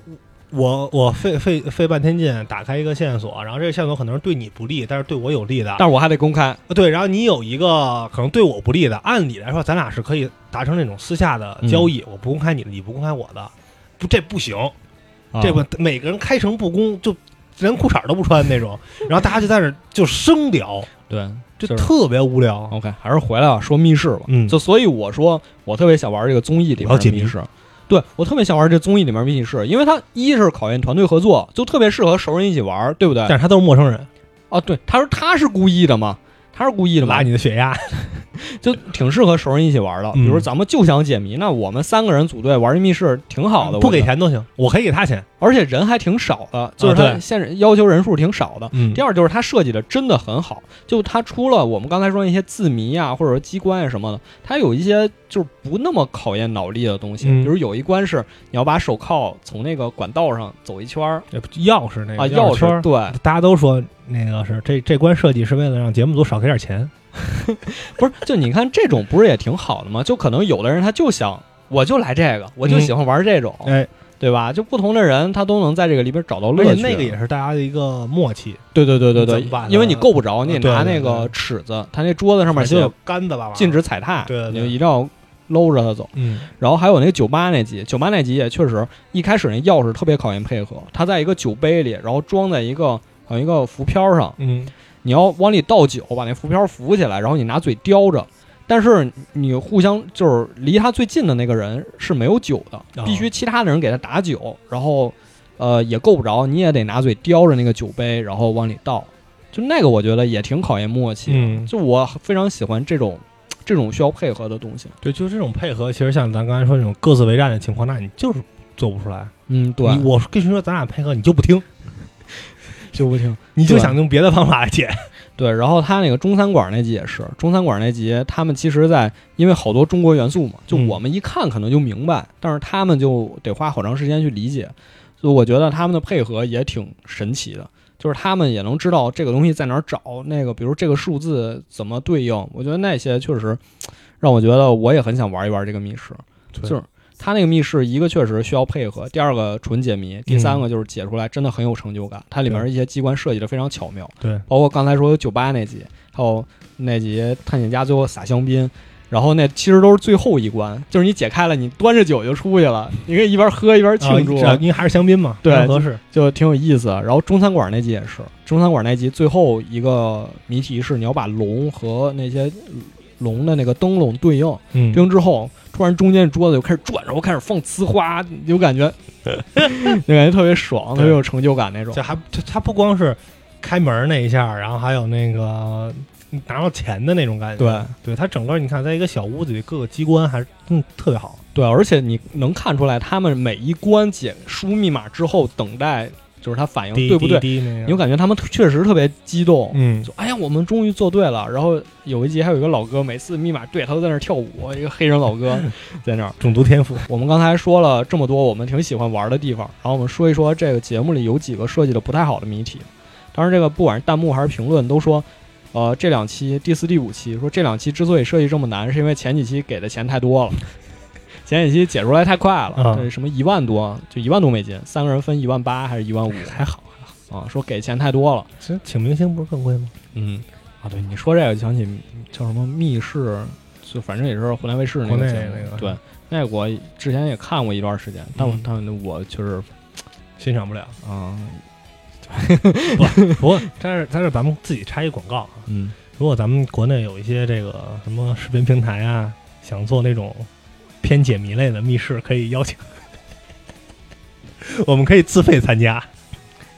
A: 我我费费费半天劲打开一个线索，然后这个线索可能是对你不利，但是对我有利的。
B: 但是我还得公开，
A: 对，然后你有一个可能对我不利的，按理来说咱俩是可以达成那种私下
B: 嗯
A: 的交易，我不公开你的，你不公开我的，不这不行，
B: 啊
A: 这不每个人开诚布公，就连裤衩都不穿那种，然后大家就在那儿就生聊，
B: 对，
A: 就
B: 就是
A: 特别无聊。
B: OK，还是回来啊，说密室吧。
A: 嗯
B: 就所以我说，我特别想玩这个综艺里
A: 我要
B: 面
A: 解
B: 的
A: 谜
B: 密室。对我特别想玩这综艺里面密室，因为它一是考验团队合作，就特别适合熟人一起玩，对不对
A: 但？是他都是陌生人，
B: 啊，对，他说他是故意的嘛，他是故意的嘛
A: 拉，你的血压，
B: 就挺适合熟人一起玩的。
A: 嗯
B: 比如咱们就想解谜，那我们三个人组队玩这密室挺好的，
A: 嗯不
B: 我
A: 给
B: 觉得，
A: 钱都行，我可以给他钱。
B: 而且人还挺少的，就是
A: 啊
B: 他
A: 对
B: 限人要求人数挺少的。
A: 嗯
B: 第二就是它设计的真的很好，就它除了我们刚才说那些字谜啊，或者说机关啊什么的，它有一些就是不那么考验脑力的东西，
A: 嗯
B: 比如有一关是你要把手铐从那个管道上走一圈儿
A: 钥匙那个
B: 啊，
A: 钥
B: 钥
A: 哎圈
B: 匙
A: 儿，
B: 对，
A: 大家都说那个是这这关设计是为了让节目组少给点钱。
B: 不是就你看这种不是也挺好的吗？就可能有的人他就想我就来这个，我就喜欢玩这种，
A: 嗯哎，
B: 对吧？就不同的人他都能在这个里边找到
A: 而
B: 乐
A: 且
B: 趣。啊
A: 那个也是大家的一个默契，
B: 对对对对
A: 怎么办
B: 对
A: 呢，
B: 因为你够不着，你
A: 对
B: 得拿
A: 对
B: 那
A: 对
B: 个尺子，他那桌子上面
A: 就
B: 写
A: 有杆子吧，
B: 禁止踩踏，
A: 对对
B: 你
A: 对
B: 就一定要搂着它走。
A: 嗯，
B: 然后还有那个酒吧那集，酒吧那集也确实一开始那钥匙特别考验配合，它在一个酒杯里，然后装在一个好像一个浮漂上，
A: 嗯，
B: 你要往里倒酒，把那浮漂浮起来，然后你拿嘴叼着。但是你互相就是离他最近的那个人是没有酒的，
A: 哦
B: 必须其他的人给他打酒，然后呃也够不着，你也得拿嘴叼着那个酒杯，然后往里倒。就那个我觉得也挺考验默契的，
A: 嗯
B: 就我非常喜欢这种这种需要配合的东西。
A: 对，就这种配合，其实像咱刚才说那种各自为战的情况，那你就是做不出来。
B: 嗯，对，
A: 你我跟谁说咱俩配合，你就不听，
B: 就不听。
A: 你就
B: 对
A: 想用别的方法来 解。啊
B: 对，然后他那个中餐馆那集也是，中餐馆那集他们其实在因为好多中国元素嘛，就
A: 嗯
B: 我们一看可能就明白，但是他们就得花好长时间去理解，所以我觉得他们的配合也挺神奇的。就是他们也能知道这个东西在哪儿找，那个比如这个数字怎么对应，我觉得那些确实让我觉得我也很想玩一玩这个密室。就是他那个密室，一个确实需要配合，第二个纯解谜，第三个就是解出来真的很有成就感。它里面
A: 对
B: 一些机关设计的非常巧妙，
A: 对，
B: 包括刚才说有酒吧那集，还有那集探险家最后撒香槟，然后那其实都是最后一关，就是你解开了，你端着酒就出去了，你可以一边喝一边庆祝，
A: 啊因为还是香槟嘛，
B: 对
A: 非常合适。
B: 就挺有意思。然后中餐馆那集也是，中餐馆那集最后一个谜题是你要把龙和那些龙的那个灯笼对应，
A: 嗯
B: 冰之后，突然中间桌子就开始转，然后开始放呲花，你就感觉， 就感觉特别爽，特别有成就感那种
A: 这。还它它不光是开门那一下，然后还有那个拿到钱的那种感觉。
B: 对
A: 对，它整个你看，在一个小屋子里，各个机关还是嗯特别好。
B: 对，而且你能看出来，他们每一关解输密码之后，等待就是他反应
A: 滴
B: 对不对，
A: 滴滴那个，
B: 你就感觉他们确实特别激动。
A: 嗯，
B: 就哎呀，我们终于做对了。然后有一集还有一个老哥，每次密码对他都在那儿跳舞，一个黑人老 哥在那儿。
A: 种族天赋。
B: 我们刚才说了这么多我们挺喜欢玩的地方，然后我们说一说这个节目里有几个设计的不太好的谜题。当然，这个不管是弹幕还是评论都说，呃，这两期第四、第五期说这两期之所以设计这么难，是因为前几期给的钱太多了， 前几期解出来太快了，
A: 啊
B: 这什么一万多，就一万多美金，三个人分一万八还是一万五，还好还好啊，说给钱太多了。
A: 其实请明星不是更贵吗？
B: 嗯，啊，对，你说这个就想起叫什么密室，就反正也是湖南卫视那
A: 国
B: 个
A: 内
B: 节目，
A: 那个
B: 对，那我之前也看过一段时间，但我、
A: 嗯
B: 但我就是
A: 欣赏不了。
B: 啊，
A: 不过，但是但是咱们自己插一广告啊，
B: 嗯
A: 如果咱们国内有一些这个什么视频平台啊，想做那种偏解谜类的密室，可以邀请，我们可以自费参加，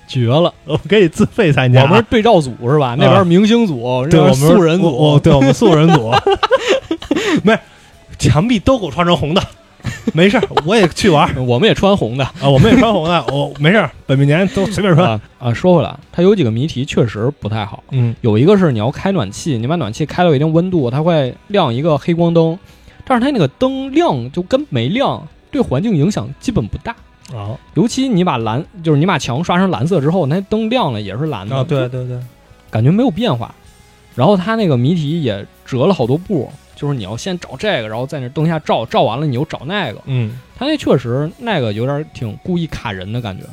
B: 绝了！
A: 我们可以自费参加。
B: 我们是对照组是吧？那边是明星组，
A: 啊对
B: 这
A: 我们
B: 边是素人组，
A: 我我对我们素人 组，没事墙壁都给我穿成红的，没事儿我也去玩儿
B: 我们也穿 红的。
A: 啊，我们也穿红的，我没事儿本命年都随便穿。
B: 啊啊，说回来，它有几个谜题确实不太好。
A: 嗯
B: 有一个是你要开暖气，你把暖气开到一定温度，它会亮一个黑光灯，但是它那个灯亮就跟没亮，对环境影响基本不大。
A: 啊
B: 尤其你把蓝，就是你把墙刷成蓝色之后，那灯亮了也是蓝的，
A: 啊，对对对，
B: 感觉没有变化。然后它那个谜题也折了好多步，就是你要先找这个，然后在那灯下照，照完了你又找那个。
A: 嗯
B: 它那确实那个有点挺故意卡人的感觉。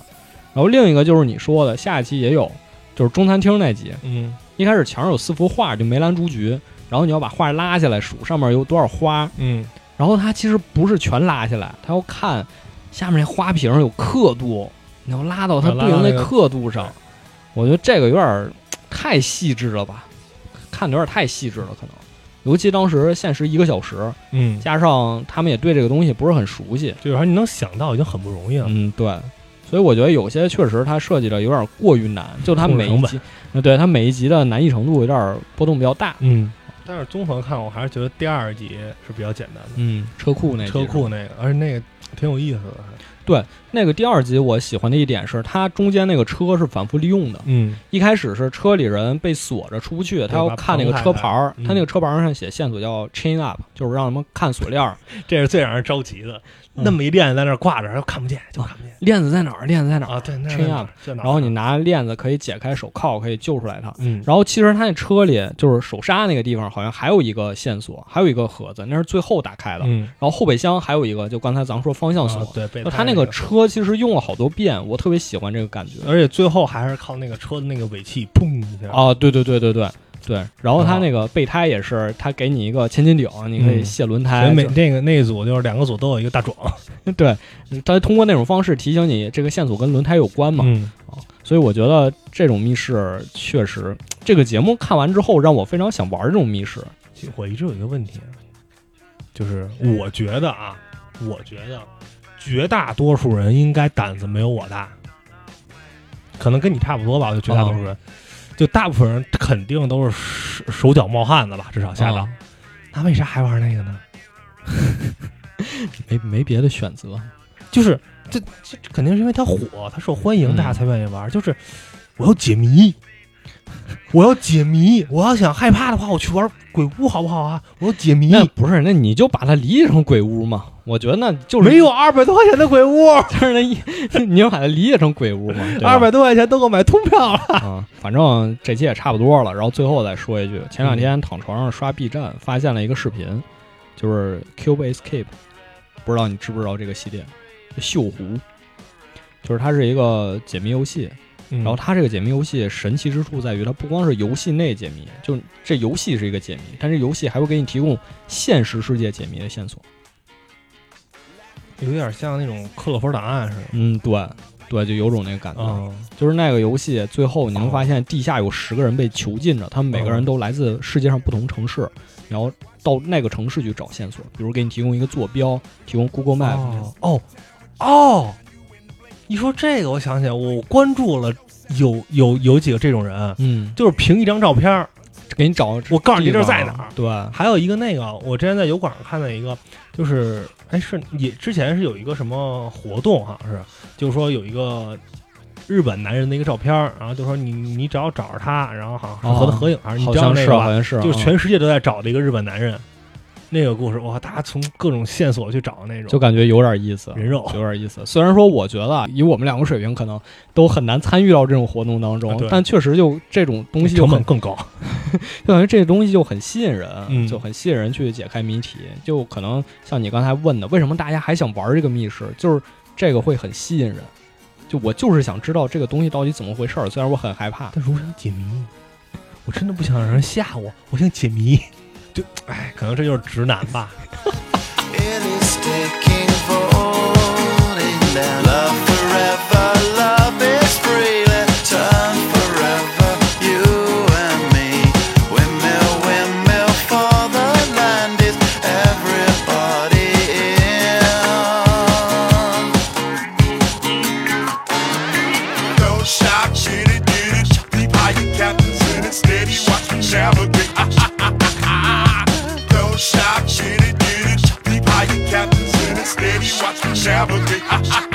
B: 然后另一个就是你说的，下一期也有，就是中餐厅那集，
A: 嗯
B: 一开始墙上有四幅画，就梅兰竹菊，然后你要把画拉下来数上面有多少花，
A: 嗯
B: 然后它其实不是全拉下来，它要看下面那花瓶有刻度，你要拉到它
A: 啊拉
B: 对
A: 到
B: 应
A: 那个
B: 刻度上。我觉得这个有点儿太细致了吧，看的有点太细致了，可能。尤其当时限时一个小时，
A: 嗯，
B: 加上他们也对这个东西不是很熟悉，
A: 就是说你能想到已经很不容易了。
B: 嗯，对。所以我觉得有些确实它设计的有点过于难，就它
A: 控制
B: 每一
A: 成本
B: 集，呃对它每一集的难易程度有点儿波动比较大。
A: 嗯，但是综合看，我还是觉得第二集是比较简单的，
B: 嗯，车库那集
A: 车
B: 是吧
A: 库那个，而且那个挺有意思的。
B: 那个第二集我喜欢的一点是，它中间那个车是反复利用的。
A: 嗯
B: 一开始是车里人被锁着出不去，他要看那个车牌儿，
A: 嗯
B: 他那个车牌儿上写线索叫 chain up，就是让他们看锁链儿，
A: 这是最让人着急的，
B: 嗯
A: 那么一链子在那儿挂着，然后看不见，就看不见
B: 链子在哪儿，链子在哪儿。
A: 啊。对，那
B: 这
A: 在哪
B: 样
A: 儿在哪儿
B: 然后你拿链子可以解开手铐，可以救出来他。
A: 嗯
B: 然后其实他那车里就是手刹那个地方，好像还有一个线索，还有一个盒子，那是最后打开的。
A: 嗯，
B: 然后后备箱还有一个，就刚才咱们说方向
A: 啊
B: 锁。
A: 对，被
B: 就他那个车其实用了好多遍，我特别喜欢这个感觉。
A: 而且最后还是靠那个车的那个尾气，砰一下。
B: 啊，对对对对对对，然
A: 啊
B: 后它那个备胎也是，它给你一个千斤顶，你可以卸轮
A: 嗯所
B: 胎，
A: 以每
B: 哎就
A: 那个那一组就是两个组都有一个大壮，
B: 对，它通过那种方式提醒你这个线索跟轮胎有关嘛，啊
A: 嗯
B: 所以我觉得这种密室确实，这个节目看完之后让我非常想玩这种密室，
A: 其实我一直有一个问题啊，就是我觉得啊，我觉得绝大多数人应该胆子没有我大，可能跟你差不多吧，我就绝大多数人，就大部分人肯定都是手手脚冒汗的吧，至少下岗。
B: 啊
A: 那为啥还玩那个呢？
B: 没没别的选择，
A: 就是这这这肯定是因为它火，它受欢迎，
B: 嗯
A: 大家才愿意玩。就是我要解谜，我要解谜，我要想害怕的话，我去玩鬼屋好不好啊？我要解谜。
B: 那不是，那你就把它理解成鬼屋嘛，我觉得那就是
A: 没有，二百多块钱的鬼屋，
B: 就是那一， 你就把它理解成鬼屋嘛，对吧
A: 二百多块钱都给我买通票了。
B: 啊，反正这期也差不多了。然后最后再说一句，前两天躺床上刷 B 站，发现了一个视频，就是 Cube Escape，不知道你知不知道这个系列？锈湖，就是它是一个解谜游戏。
A: 然
B: 然后它这个解谜游戏神奇之处在于，它不光是游戏内解谜，就这游戏是一个解谜，但是游戏还会给你提供现实世界解谜的线索。
A: 有点像那种克洛弗档案似的。
B: 嗯，对，对，就有种那个感觉。
A: 嗯，
B: 就是那个游戏，最后你能发现地下有十个人被囚禁着，他们每个人都来自世界上不同城市，然后到那个城市去找线索，比如给你提供一个坐标，提供 Google Map，、
A: 哦哦哦，一说这个，我想起来，我关注了有有有几个这种人，啊
B: 嗯，
A: 就是凭一张照片儿，
B: 给你找，
A: 我告诉你这儿在哪儿。
B: 对，
A: 还有一个那个，我之前在油管上看到一个，就是哎是也之前是有一个什么活动，好像是就是说有一个日本男人的一个照片儿，然后就说你你只要找着他，然后好像是和他合影，还是你
B: 哦好
A: 知道
B: 像
A: 那
B: 是，
A: 个吧
B: 好？像是，
A: 就是
B: 啊
A: 全世界都在找的一个日本男人，那个故事哇，大家从各种线索去找那
B: 就
A: 种
B: 感觉有点意思。
A: 人肉，
B: 有点意思，虽然说我觉得啊以我们两个水平，可能都很难参与到这种活动当中
A: 啊，对
B: 但确实就这种东西就
A: 成
B: 很
A: 本更高。
B: 就感觉这东西就很吸引人，
A: 嗯
B: 就很吸引人去解开谜题。就可能像你刚才问的，为什么大家还想玩这个密室？就是这个会很吸引人，就我就是想知道这个东西到底怎么回事儿，虽然我很害怕。
A: 但是我想解谜，我真的不想让人吓我，我想解谜。 就哎，可能这就是直男吧。
C: It is taking for holding them. Love forever, love is freely turn forever, you and me. Windmill, windmill for the land is everybody in.
D: Don't shout, shit it, did it. Deep high, your captain's in it. Steady, watch me navigate. Ah, ah, ah, ah, ah. Don't shout, shit it, did it. Deep high, your captain's in it. Steady, watch me navigate. Ah, ah,